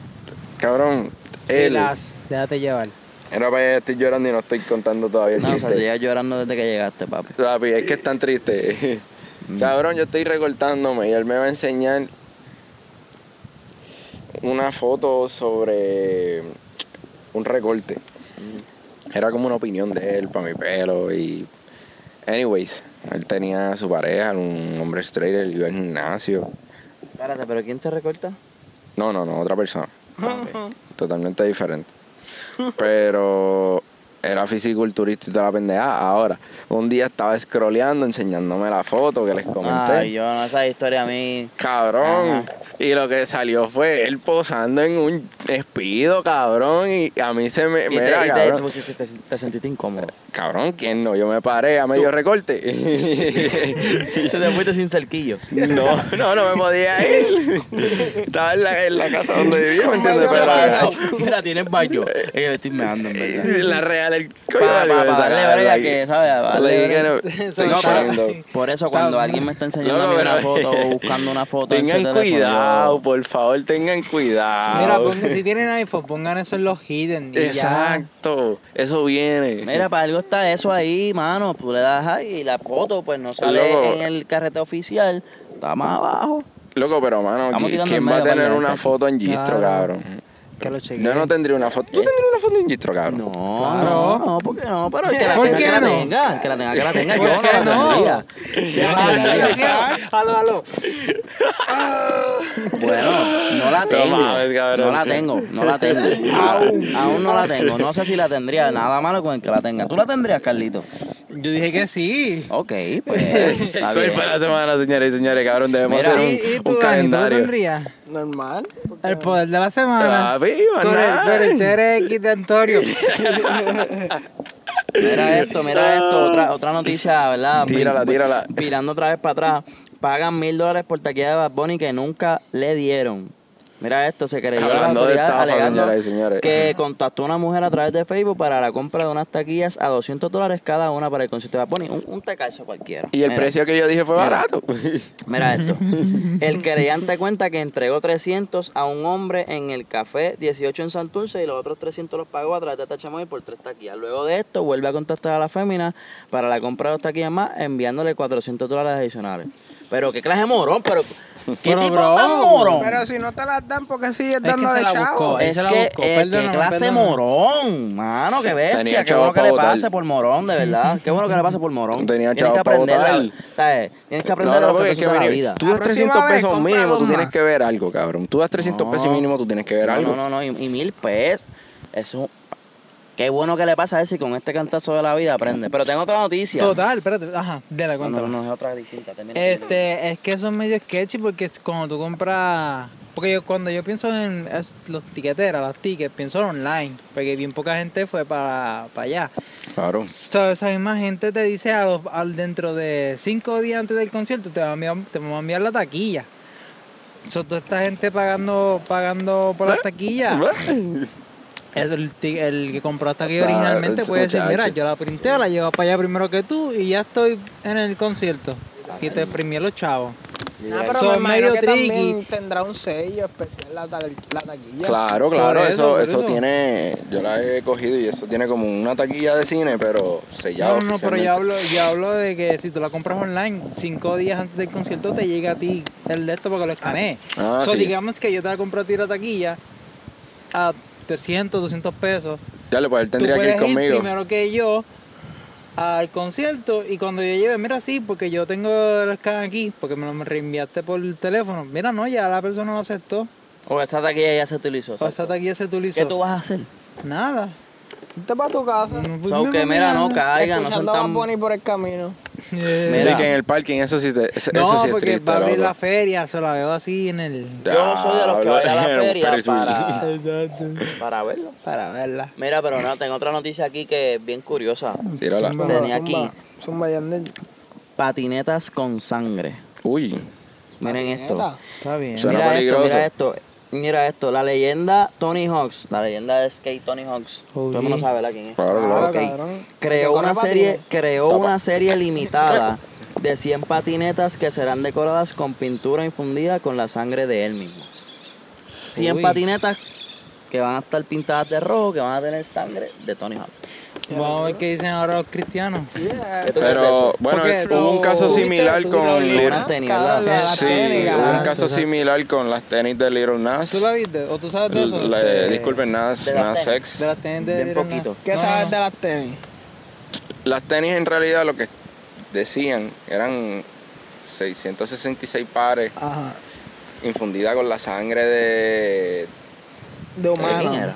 Speaker 1: Cabrón, él.
Speaker 3: Las- Déjate llevar.
Speaker 1: Mira, papi, estoy llorando y no estoy contando todavía el
Speaker 2: No, o sea,
Speaker 1: chiste.
Speaker 2: te llevas llorando desde que llegaste, papi.
Speaker 1: Papi, es que es tan triste. Cabrón, yo estoy recortándome y él me va a enseñar una foto sobre un recorte. Era como una opinión de él para mi pelo y Anyways, él tenía a su pareja, un hombre straight, él iba al gimnasio.
Speaker 2: Espérate, pero ¿quién te recorta?
Speaker 1: No, no, no, otra persona. Totalmente diferente. Pero era fisiculturista y toda la pendejada. Ahora, un día estaba scrolleando, enseñándome la foto que les comenté.
Speaker 2: Ay, yo no, esa historia a mí.
Speaker 1: Cabrón.
Speaker 2: Ajá.
Speaker 1: Y lo que salió fue él posando en un espido, cabrón. Y a mí se me.
Speaker 2: Y te-
Speaker 1: Eh, mira,
Speaker 2: y te,
Speaker 1: cabrón.
Speaker 2: te pusiste- te- te sentiste incómodo.
Speaker 1: Cabrón, ¿quién no? Yo me paré a medio recorte.
Speaker 2: Te te fuiste sin cerquillo.
Speaker 1: no, no, no me podía ir. Estaba en la, en la casa donde vivía, ¿me entiendes? Pero.
Speaker 2: Mira, tienes baño. Eh, yo estoy meando, en verdad.
Speaker 1: La real, el coño
Speaker 2: Pa-
Speaker 1: valió
Speaker 2: pa-
Speaker 1: esa
Speaker 2: pa- darle
Speaker 1: cara,
Speaker 2: brea
Speaker 1: like,
Speaker 2: que, ¿sabes? Darle
Speaker 1: like,
Speaker 2: brea.
Speaker 1: que no-
Speaker 3: Eso
Speaker 1: estoy
Speaker 3: no, pero-
Speaker 1: usando.
Speaker 2: Por eso cuando
Speaker 3: Está-
Speaker 2: alguien me está enseñando
Speaker 1: Loco,
Speaker 2: a mí una
Speaker 1: pero-
Speaker 2: foto o buscando una foto en
Speaker 1: Tengan
Speaker 2: su teléfono,
Speaker 1: cuidado,
Speaker 2: yo-
Speaker 1: por favor, tengan cuidado.
Speaker 3: Mira, pongan- si tienen iPhone, pongan eso en los hidden. y ya.
Speaker 1: Exacto, eso viene.
Speaker 2: Mira, para algo está eso ahí, mano. Tú le das ahí y la foto pues no sale
Speaker 1: Loco.
Speaker 2: en el carrete oficial. Está más abajo.
Speaker 1: Loco, pero mano,
Speaker 2: Estamos
Speaker 1: ¿qui-
Speaker 2: tirando en
Speaker 1: ¿quién va a
Speaker 2: medio para
Speaker 1: tener
Speaker 2: allá,
Speaker 1: una
Speaker 2: tacho.
Speaker 1: foto en Gistro,
Speaker 3: Claro.
Speaker 1: cabrón?
Speaker 3: Que lo chequen.
Speaker 1: Yo no tendría una foto. ¿Tú tendrías una foto en Gistro, cabrón?
Speaker 2: No,
Speaker 3: Claro.
Speaker 2: no, no, ¿por qué no? Pero el que la
Speaker 3: ¿Por
Speaker 2: tenga, que
Speaker 3: qué
Speaker 2: la
Speaker 3: no?
Speaker 2: tenga. El que la tenga, que la tenga. Yo
Speaker 3: ¿Por
Speaker 2: no
Speaker 3: qué
Speaker 2: la
Speaker 3: no?
Speaker 2: tendría. Yo no la
Speaker 3: Ah,
Speaker 2: tendría.
Speaker 3: Aló, aló.
Speaker 2: Bueno, no la
Speaker 1: No
Speaker 2: tengo.
Speaker 1: mames, cabrón.
Speaker 2: No la tengo, no la tengo. aún, aún no la tengo. No sé si la tendría. Nada malo con el que la tenga. ¿Tú la tendrías, Carlito?
Speaker 3: Yo dije que sí.
Speaker 2: Ok, pues. Está
Speaker 1: ¿Cuál
Speaker 2: bien.
Speaker 1: fue la semana, señores y señores, cabrón? Debemos
Speaker 2: Mira.
Speaker 1: hacer un,
Speaker 3: ¿Y, y
Speaker 1: un
Speaker 3: tú, Dani, tú lo
Speaker 1: calendario.
Speaker 3: tendrías?
Speaker 4: Normal. porque-
Speaker 3: El poder de la semana.
Speaker 1: Papi,
Speaker 3: Tú eres, tú eres, tú eres Kid Antonio.
Speaker 2: Mira esto, mira esto. Otra, otra noticia, ¿verdad?
Speaker 1: Tírala, tírala.
Speaker 2: Virando otra vez para atrás. Pagan mil dólares por taquilla de Bad Bunny que nunca le dieron. Mira esto, se creyó la
Speaker 1: Hablando de
Speaker 2: autoridad
Speaker 1: estafa,
Speaker 2: alegando
Speaker 1: señoras y señores.
Speaker 2: que contactó a una mujer a través de Facebook para la compra de unas taquillas a 200 dólares cada una para el concierto de Bad Bunny. Un, un tecacho cualquiera.
Speaker 1: Y el
Speaker 2: Mira.
Speaker 1: precio que yo dije fue
Speaker 2: Mira.
Speaker 1: barato.
Speaker 2: Mira esto. El querellante cuenta que entregó 300 a un hombre en el café 18 en Santurce y los otros 300 los pagó a través de Tachamoy por tres taquillas. Luego de esto, vuelve a contactar a la fémina para la compra de dos taquillas más, enviándole 400 dólares adicionales. Pero qué clase de morón, pero qué
Speaker 3: Pero,
Speaker 2: tipo
Speaker 3: bro.
Speaker 2: tan morón.
Speaker 4: Pero si no te las dan, porque sigues
Speaker 3: que se
Speaker 4: dándole
Speaker 3: la
Speaker 4: chavo?
Speaker 3: buscó. Ahí
Speaker 2: es
Speaker 3: se la
Speaker 2: que,
Speaker 3: buscó,
Speaker 2: eh, qué
Speaker 3: perdóname,
Speaker 2: clase de
Speaker 3: perdóname.
Speaker 2: morón, mano, qué
Speaker 1: Tenía
Speaker 2: bestia, qué
Speaker 1: chavos
Speaker 2: bueno que
Speaker 1: pa'
Speaker 2: le
Speaker 1: votar.
Speaker 2: pase por morón, de verdad. Qué bueno que le pase por morón.
Speaker 1: Tenía
Speaker 2: Tienes
Speaker 1: chavos
Speaker 2: que
Speaker 1: pa'
Speaker 2: aprender, la,
Speaker 1: votar.
Speaker 2: ¿sabes? Tienes que aprender los
Speaker 1: porque
Speaker 2: que
Speaker 1: es que,
Speaker 2: de la
Speaker 1: mira,
Speaker 2: vida.
Speaker 1: Tú das
Speaker 4: La próxima
Speaker 1: 300
Speaker 4: vez,
Speaker 1: pesos
Speaker 4: compra
Speaker 1: mínimo, tú
Speaker 4: dos
Speaker 1: tienes
Speaker 4: más.
Speaker 1: que ver algo, cabrón. Tú das 300 pesos
Speaker 2: No.
Speaker 1: mínimo, tú tienes que ver
Speaker 2: no,
Speaker 1: algo.
Speaker 2: No, no, no, y, y mil pesos. Eso. Qué bueno que le pasa a ese y con este cantazo de la vida aprende. Pero tengo otra noticia.
Speaker 3: Total, espérate. Ajá, de la
Speaker 2: No,
Speaker 3: cuenta.
Speaker 2: no, no, es otra distinta. termina, termina.
Speaker 3: Este, es que eso es medio sketchy porque es cuando tú compras. Porque yo, cuando yo pienso en es- los tiqueteras, las tickets, pienso en online. Porque bien poca gente fue para, para allá.
Speaker 1: Claro.
Speaker 3: So, esa misma gente te dice a los- al dentro de cinco días antes del concierto te van a enviar, te van a enviar la taquilla. So, toda esta gente pagando pagando
Speaker 1: ¿Eh?
Speaker 3: por las taquillas. Es el, ti- el que compró la taquilla
Speaker 1: Ah,
Speaker 3: originalmente
Speaker 1: ese
Speaker 3: puede decir, mira,
Speaker 1: muchacho.
Speaker 3: yo la printeo, la llevo para allá primero que tú y ya estoy en el concierto. Y te imprimí los chavos.
Speaker 4: No, Ah, pero
Speaker 3: Son
Speaker 4: me imagino
Speaker 3: medio
Speaker 4: que
Speaker 3: tricky.
Speaker 4: también tendrá un sello especial la, ta- la taquilla.
Speaker 1: Claro,
Speaker 3: Por
Speaker 1: claro,
Speaker 3: eso,
Speaker 1: eso,
Speaker 3: por
Speaker 1: eso,
Speaker 3: eso.
Speaker 1: tiene, yo la he cogido y eso tiene como una taquilla de cine, pero sellado.
Speaker 3: no, no, no, pero yo
Speaker 1: oficialmente.
Speaker 3: hablo, yo hablo de que si tú la compras online, cinco días antes del concierto te llega a ti el de esto porque lo escaneé.
Speaker 1: Ah,
Speaker 3: so,
Speaker 1: sí.
Speaker 3: digamos que yo te la compro a ti la taquilla a 300, 200 pesos.
Speaker 1: Dale, pues él tendría
Speaker 3: tú
Speaker 1: que ir
Speaker 3: puedes
Speaker 1: conmigo.
Speaker 3: primero que yo al concierto y cuando yo lleve, mira, sí, porque yo tengo el scan aquí, porque me lo reenviaste por el teléfono. Mira, no, ya la persona lo aceptó.
Speaker 2: O esa taquilla ya se utilizó.
Speaker 3: O
Speaker 2: ¿sabes?
Speaker 3: esa taquilla se
Speaker 2: ¿Qué
Speaker 3: utilizó.
Speaker 2: tú vas a hacer?
Speaker 3: Nada.
Speaker 4: Te para tu casa.
Speaker 3: No,
Speaker 2: So, que mira, no
Speaker 3: este
Speaker 2: caigan, no son
Speaker 4: Escuchando a
Speaker 2: tan.
Speaker 4: Bad Bunny por el camino.
Speaker 3: Eh,
Speaker 1: De
Speaker 2: Mira.
Speaker 1: que en el parking, eso sí, te, eso
Speaker 3: No,
Speaker 1: sí es
Speaker 3: porque
Speaker 1: triste.
Speaker 3: va a abrir
Speaker 1: loco.
Speaker 3: la feria, se la veo así en el.
Speaker 2: Yo soy de los que
Speaker 1: Diablo,
Speaker 2: vaya a la
Speaker 1: en un
Speaker 2: feria
Speaker 1: Ferris wheel.
Speaker 2: para-
Speaker 3: Exacto.
Speaker 2: Para verlo.
Speaker 3: Para verla.
Speaker 2: Mira, pero no, tengo otra noticia aquí que es bien curiosa.
Speaker 1: Tírala.
Speaker 4: Zumba,
Speaker 2: Tenía
Speaker 4: zumba,
Speaker 2: aquí.
Speaker 4: Zumba, Yandel.
Speaker 2: Patinetas con sangre.
Speaker 1: Uy,
Speaker 2: Miren esto.
Speaker 4: Neta.
Speaker 3: Está bien.
Speaker 1: Suena
Speaker 2: mira
Speaker 1: peligroso.
Speaker 2: esto, mira esto. Mira esto, la leyenda Tony Hawks, la leyenda de skate Tony Hawks. Todo el mundo
Speaker 3: Oye.
Speaker 2: sabe la quién es.
Speaker 1: claro, claro.
Speaker 4: Claro,
Speaker 2: ok.
Speaker 4: cabrón.
Speaker 2: Creó
Speaker 4: Porque
Speaker 2: una
Speaker 4: corre
Speaker 2: serie,
Speaker 4: patines.
Speaker 2: creó una serie limitada de 100 patinetas que serán decoradas con pintura infundida con la sangre de él mismo. 100
Speaker 3: Uy.
Speaker 2: patinetas que van a estar pintadas de rojo, que van a tener sangre de Tony Hawks.
Speaker 3: Vamos a ver qué dicen ahora los cristianos.
Speaker 4: Sí, eh,
Speaker 2: ¿Qué tú crees de
Speaker 1: Pero
Speaker 2: eso?
Speaker 1: bueno,
Speaker 3: Porque
Speaker 1: es- hubo un
Speaker 3: lo-
Speaker 1: caso
Speaker 3: ¿Tuviste-
Speaker 1: similar
Speaker 3: tuviste
Speaker 1: con
Speaker 3: lo-
Speaker 1: Little
Speaker 2: Una tenis,
Speaker 4: Cada
Speaker 2: ¿verdad?
Speaker 4: la
Speaker 1: Sí,
Speaker 4: tenis,
Speaker 1: hubo un
Speaker 4: cabrón.
Speaker 1: caso
Speaker 3: exacto.
Speaker 1: similar con las tenis de Little
Speaker 3: ¿Tú
Speaker 1: Nas.
Speaker 3: la viste? ¿O tú sabes de eso?
Speaker 1: La-
Speaker 3: De-
Speaker 1: disculpen, Nas,
Speaker 2: de las
Speaker 1: Nas
Speaker 2: tenis.
Speaker 1: X.
Speaker 3: De las tenis de
Speaker 2: Bien
Speaker 3: Little
Speaker 2: poquito.
Speaker 3: Nas.
Speaker 4: ¿Qué
Speaker 3: No,
Speaker 4: sabes
Speaker 3: no,
Speaker 4: de las tenis?
Speaker 1: Las tenis en realidad lo que decían, eran 666 pares
Speaker 4: Ajá.
Speaker 1: infundidas con la sangre de...
Speaker 4: De humano.
Speaker 2: quién era?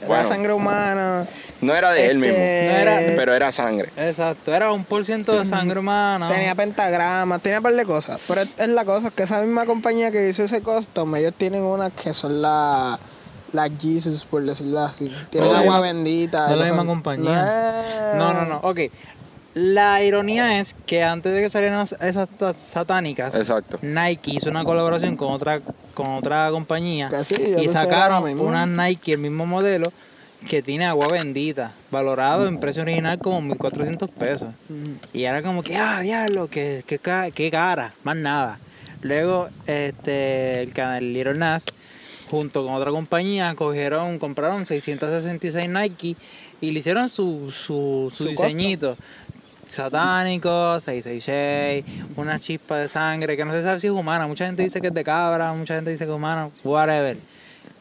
Speaker 4: Era
Speaker 1: Bueno.
Speaker 4: sangre humana.
Speaker 1: No era de él mismo,
Speaker 4: Este-
Speaker 3: No era-
Speaker 1: pero era sangre.
Speaker 3: Exacto, era un por ciento de sangre humana.
Speaker 4: Tenía pentagramas, tenía un par de cosas. Pero es es la cosa, que esa misma compañía que hizo ese custom, ellos tienen unas que son las la Jesus, por decirlo así. Tienen
Speaker 1: Ok.
Speaker 4: agua bendita.
Speaker 3: No es la
Speaker 4: y
Speaker 3: misma
Speaker 4: son-
Speaker 3: compañía.
Speaker 4: es-
Speaker 3: No, no, no. Ok. La ironía es que antes de que salieran las- esas ta- satánicas,
Speaker 1: Exacto.
Speaker 3: Nike hizo una colaboración con otra con otra compañía
Speaker 4: Que sí, yo pensé
Speaker 3: y
Speaker 4: que era
Speaker 3: sacaron
Speaker 4: lo mismo.
Speaker 3: unas Nike, el mismo modelo, que tiene agua bendita, valorado en precio original como 1.400 pesos.
Speaker 4: Mm.
Speaker 3: Y era como que, ah, diablo, que, que, ca- que cara, más nada. Luego, este, el canal Little Nas, junto con otra compañía, cogieron, compraron 666 Nike y le hicieron su, su, su
Speaker 4: Su
Speaker 3: diseñito. Satánico, 666, una chispa de sangre, que no se sabe si es humana. Mucha gente dice que es de cabra, mucha gente dice que es humana, whatever.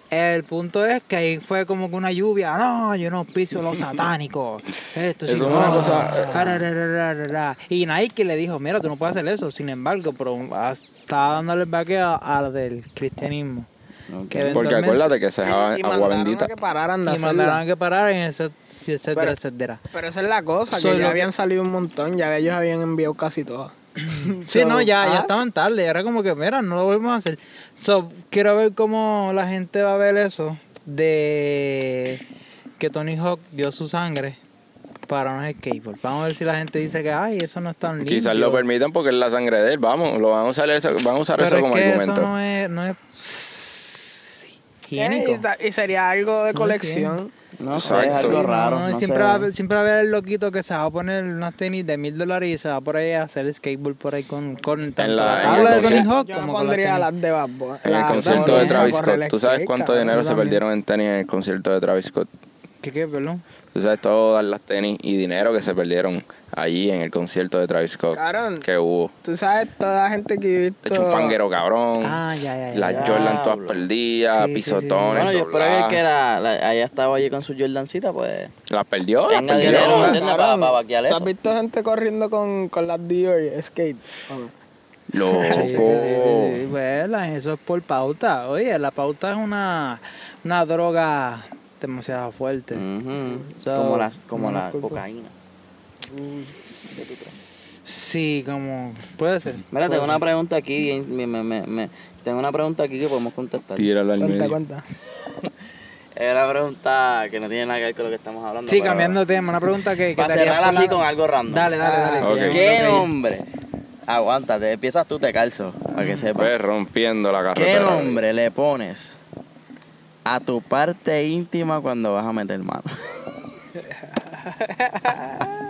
Speaker 3: El punto es que ahí fue como que una lluvia. Ah, No, yo no auspicio los satánicos. Esto sí,
Speaker 1: Eso es
Speaker 3: no.
Speaker 1: una cosa- eh.
Speaker 3: Ararararara. Y Nike le dijo, mira, tú no puedes hacer eso. Sin embargo, pero estaba dándole el baque a, a la del cristianismo. Que
Speaker 1: Porque
Speaker 3: eventualmente-
Speaker 1: acuérdate que se
Speaker 4: Y-
Speaker 1: dejaba
Speaker 4: y
Speaker 1: agua
Speaker 4: mandaron a
Speaker 1: bendita.
Speaker 4: que pararan de
Speaker 3: Y
Speaker 4: hacerla.
Speaker 3: mandaron que parar, en ese- etcétera,
Speaker 4: Pero-
Speaker 3: etcétera.
Speaker 4: Pero esa es la cosa,
Speaker 3: Soy lo
Speaker 4: que ya
Speaker 3: que-
Speaker 4: habían salido un montón, ya ellos habían enviado casi todas.
Speaker 3: Sí,
Speaker 4: So,
Speaker 3: no, ya, ya
Speaker 4: ah,
Speaker 3: estaban tarde. Era como que, mira, no lo volvemos a hacer. So, quiero ver cómo la gente va a ver eso de que Tony Hawk dio su sangre para unos skateboards. Vamos a ver si la gente dice que, ay, eso no es tan lindo.
Speaker 1: Quizás lo permitan porque es la sangre de él. Vamos, lo van a usar eso, van a usar
Speaker 3: Pero
Speaker 1: eso
Speaker 3: es
Speaker 1: como
Speaker 3: que
Speaker 1: argumento.
Speaker 3: Eso no es, no es higiénico.
Speaker 4: eh, y ta- Y sería algo de
Speaker 3: No
Speaker 4: colección.
Speaker 2: No sé,
Speaker 1: Exacto.
Speaker 2: es
Speaker 1: Sí,
Speaker 2: algo
Speaker 1: no,
Speaker 3: No,
Speaker 2: raro.
Speaker 3: no,
Speaker 2: no
Speaker 3: siempre,
Speaker 2: sé.
Speaker 3: va a haber, siempre va a haber el loquito que se va a poner unos tenis de mil dólares y se va por ahí a hacer skateboard por ahí con, con tanto
Speaker 1: la-
Speaker 3: la,
Speaker 1: en
Speaker 3: tabla
Speaker 1: el
Speaker 3: de Tony
Speaker 1: concierto.
Speaker 3: Hawk
Speaker 4: Yo me
Speaker 3: como con los
Speaker 4: pondría
Speaker 3: tenis.
Speaker 4: las de Bad Bunny.
Speaker 1: En el
Speaker 4: las
Speaker 1: concierto de
Speaker 4: Bad
Speaker 1: Travis
Speaker 4: Bunny,
Speaker 1: Scott. ¿Tú sabes cuánto
Speaker 4: corre
Speaker 1: dinero
Speaker 3: yo
Speaker 1: se
Speaker 3: también.
Speaker 1: perdieron en tenis en el concierto de Travis Scott?
Speaker 3: ¿Qué, qué, perdón?
Speaker 1: Tú sabes todas las tenis y dinero que se perdieron allí en el concierto de Travis Scott
Speaker 4: Cabrón.
Speaker 1: que hubo.
Speaker 4: Tú sabes toda la gente que he
Speaker 1: De
Speaker 4: visto.
Speaker 1: hecho, un fanguero cabrón.
Speaker 3: Ah, ya, ya, ya.
Speaker 1: las
Speaker 2: ya.
Speaker 1: Jordan todas
Speaker 2: Diablo.
Speaker 1: perdidas,
Speaker 3: Sí, sí,
Speaker 1: pisotones,
Speaker 2: Bueno, yo espero que el
Speaker 1: dobladas.
Speaker 2: que la, la- haya estado allí con su Jordancita, pues.
Speaker 1: Las perdió, las
Speaker 2: Tenga
Speaker 1: perdió.
Speaker 2: dinero,
Speaker 4: Cabrón,
Speaker 2: ¿entiendes? Para- para vaquear
Speaker 4: ¿Tú
Speaker 2: eso.
Speaker 4: has visto gente corriendo con, con las Dior Skate? ¿O no?
Speaker 1: Loco.
Speaker 3: Sí, sí, sí, sí, sí. Bueno, eso es por pauta. Oye, la pauta es una, una droga demasiado fuerte.
Speaker 2: Mm. ujú,
Speaker 3: So,
Speaker 2: como las, como
Speaker 4: no
Speaker 2: la
Speaker 4: culpo.
Speaker 2: cocaína.
Speaker 3: Sí, como puede ser.
Speaker 2: Mira, tengo una pregunta aquí. bien- Me, me, me, me- tengo una pregunta aquí que podemos contestar.
Speaker 1: Tíralo al
Speaker 4: Cuenta,
Speaker 1: medio.
Speaker 4: cuenta.
Speaker 2: Es una pregunta que no tiene nada que ver con lo que estamos hablando.
Speaker 3: Sí,
Speaker 2: pero-
Speaker 3: cambiando de tema, una pregunta que, que
Speaker 2: Para
Speaker 3: te haría
Speaker 2: cerrar
Speaker 3: por la-
Speaker 2: así con algo random.
Speaker 3: Dale, dale, dale.
Speaker 1: Ah,
Speaker 3: que
Speaker 1: ok.
Speaker 2: ¿Qué
Speaker 3: ya me tengo que ir.
Speaker 2: nombre? Aguántate, empiezas tú, te calzo, para que sepas.
Speaker 1: Ves rompiendo la
Speaker 2: ¿Qué
Speaker 1: carretera.
Speaker 2: nombre le pones a tu parte íntima cuando vas a meter mano?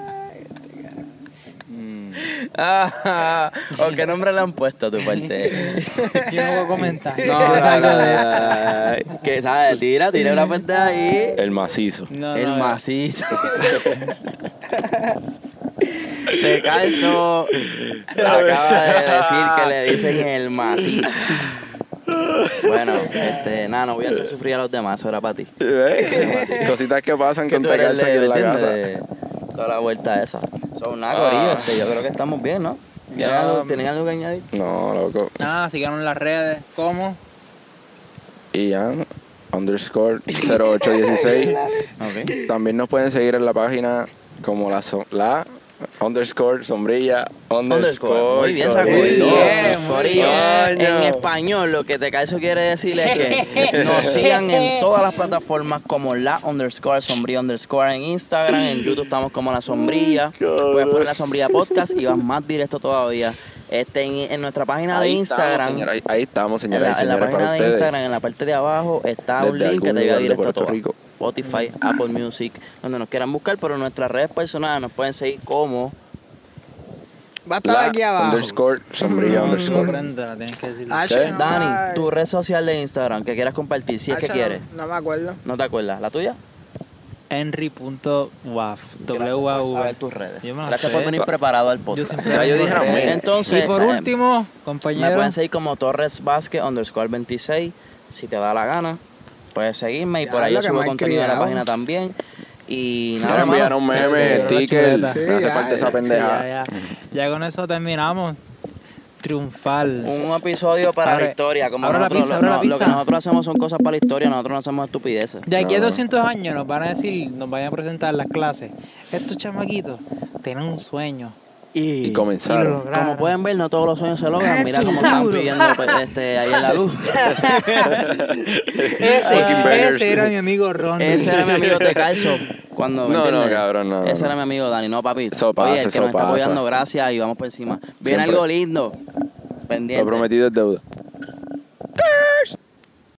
Speaker 2: Ah, Mm. ¿O qué nombre le han puesto a tu parte?
Speaker 3: Yo no voy a comentar.
Speaker 2: No, no, no, no, no. ¿Qué sabes? Tira, tira una parte ahí.
Speaker 1: El macizo.
Speaker 3: No,
Speaker 2: El
Speaker 3: no,
Speaker 2: macizo. Te calzo. Acaba de decir que le dicen el macizo. Bueno, este, nada, no voy a hacer sufrir a los demás, eso era para ti.
Speaker 1: ¿Ves? Cositas que pasan con
Speaker 2: tú
Speaker 1: te
Speaker 2: eres
Speaker 1: calza aquí
Speaker 2: de-
Speaker 1: en la
Speaker 2: ¿entiendes?
Speaker 1: casa.
Speaker 2: De Toda la vuelta esa. Son nada,
Speaker 1: Ah.
Speaker 2: corillo, este, yo creo que estamos bien, ¿no? ¿Tienen,
Speaker 3: Ya,
Speaker 2: algo,
Speaker 3: mm.
Speaker 2: ¿tienen algo que añadir?
Speaker 1: No, loco.
Speaker 3: Nada, sigan las redes. ¿Cómo?
Speaker 1: Ian underscore 0816.
Speaker 2: Ok.
Speaker 1: También nos pueden seguir en la página como la, so- la underscore sombrilla underscore.
Speaker 2: Muy bien,
Speaker 1: corillo.
Speaker 3: Muy
Speaker 2: sacudido.
Speaker 3: bien, muy
Speaker 2: Corillo,
Speaker 1: bien.
Speaker 2: En español, lo que te calzo quiere decir es que nos sigan en todas las plataformas como la underscore, sombría underscore en Instagram, en YouTube estamos como la sombrilla. Puedes poner la sombrilla podcast y vas más directo todavía. Este, en, en nuestra página de
Speaker 1: Ahí estamos,
Speaker 2: Instagram.
Speaker 1: señora, ahí- ahí estamos,
Speaker 2: En la,
Speaker 1: señoras y
Speaker 2: en la
Speaker 1: señores,
Speaker 2: página
Speaker 1: para
Speaker 2: de
Speaker 1: ustedes.
Speaker 2: Instagram, en la parte de abajo, está un
Speaker 1: Desde
Speaker 2: link que
Speaker 1: algún
Speaker 2: te
Speaker 1: lugar
Speaker 2: lleva
Speaker 1: de
Speaker 2: directo a
Speaker 1: Puerto
Speaker 2: todo.
Speaker 1: Rico.
Speaker 2: Spotify, Apple Music, donde nos quieran buscar, pero nuestras redes personales nos pueden seguir como
Speaker 4: Va a estar
Speaker 1: La
Speaker 4: aquí abajo.
Speaker 1: Underscore sombrilla
Speaker 3: No, no,
Speaker 1: underscore.
Speaker 3: prenda, tienes que decirlo.
Speaker 4: Ah,
Speaker 1: ¿Qué?
Speaker 4: no,
Speaker 2: Eh, Dani,
Speaker 4: ay.
Speaker 2: tu red social de Instagram que quieras compartir, si es que
Speaker 4: Hacho,
Speaker 2: quieres.
Speaker 4: No, no me acuerdo.
Speaker 2: ¿No te acuerdas? ¿La tuya?
Speaker 3: Henry.waf.
Speaker 2: Gracias por saber
Speaker 3: W-A-V.
Speaker 2: tus redes.
Speaker 3: Yo me la
Speaker 2: Gracias
Speaker 3: sé.
Speaker 2: por venir preparado al
Speaker 3: Ah, Yo
Speaker 2: podcast.
Speaker 3: siempre
Speaker 1: Ya yo
Speaker 3: vengo
Speaker 1: dije,
Speaker 3: ready.
Speaker 1: amén.
Speaker 2: Entonces,
Speaker 3: y por
Speaker 2: eh,
Speaker 3: último,
Speaker 2: Me
Speaker 3: compañero.
Speaker 2: pueden seguir como Torres Vázquez underscore 26, si te da la gana. Puedes seguirme y por ahí
Speaker 4: Diablo,
Speaker 2: yo
Speaker 4: que
Speaker 2: subo
Speaker 4: mal
Speaker 2: contenido a la
Speaker 4: criado.
Speaker 2: página también. Y
Speaker 1: Ya
Speaker 2: nada,
Speaker 1: le enviaron
Speaker 2: mano.
Speaker 1: un
Speaker 3: Sí,
Speaker 1: meme,
Speaker 3: la
Speaker 1: sticker.
Speaker 3: chuleta.
Speaker 1: no hace
Speaker 4: Sí,
Speaker 1: falta
Speaker 4: ya,
Speaker 1: esa
Speaker 4: ya,
Speaker 1: pendeja.
Speaker 3: ya, ya. Ya con eso terminamos. Triunfal.
Speaker 2: Un episodio para
Speaker 3: Abre-
Speaker 2: la historia. Como
Speaker 3: abre la
Speaker 2: nosotros,
Speaker 3: pizza,
Speaker 2: lo-
Speaker 3: abre la
Speaker 2: no, lo que
Speaker 3: pizza.
Speaker 2: nosotros hacemos son cosas para la historia, nosotros no hacemos estupideces.
Speaker 3: De aquí a
Speaker 1: Claro.
Speaker 3: 200 años nos van a decir, nos van a presentar las clases. Estos chamaquitos tienen un sueño.
Speaker 2: Y,
Speaker 1: Y
Speaker 3: Y lo
Speaker 1: comenzaron.
Speaker 3: lograron.
Speaker 2: como pueden ver, no todos los sueños se logran.
Speaker 3: El
Speaker 2: Mira cómo están
Speaker 3: futuro.
Speaker 2: pidiendo pues, este, ahí en la luz.
Speaker 1: Fucking
Speaker 3: ese,
Speaker 1: beggars.
Speaker 3: ese era mi amigo Ron.
Speaker 2: Ese era mi amigo Te Calzo. Cuando, ¿me
Speaker 1: No, no,
Speaker 2: entiendes?
Speaker 1: cabrón, no, no,
Speaker 2: Ese era
Speaker 1: no.
Speaker 2: mi amigo Dani, no, papi.
Speaker 1: Eso
Speaker 2: Oye, el
Speaker 1: pasa,
Speaker 2: que
Speaker 1: eso
Speaker 2: nos está
Speaker 1: pasa.
Speaker 2: apoyando, gracias y vamos por encima. Viene
Speaker 1: Siempre.
Speaker 2: algo lindo. Pendiente.
Speaker 1: Lo prometido es deuda.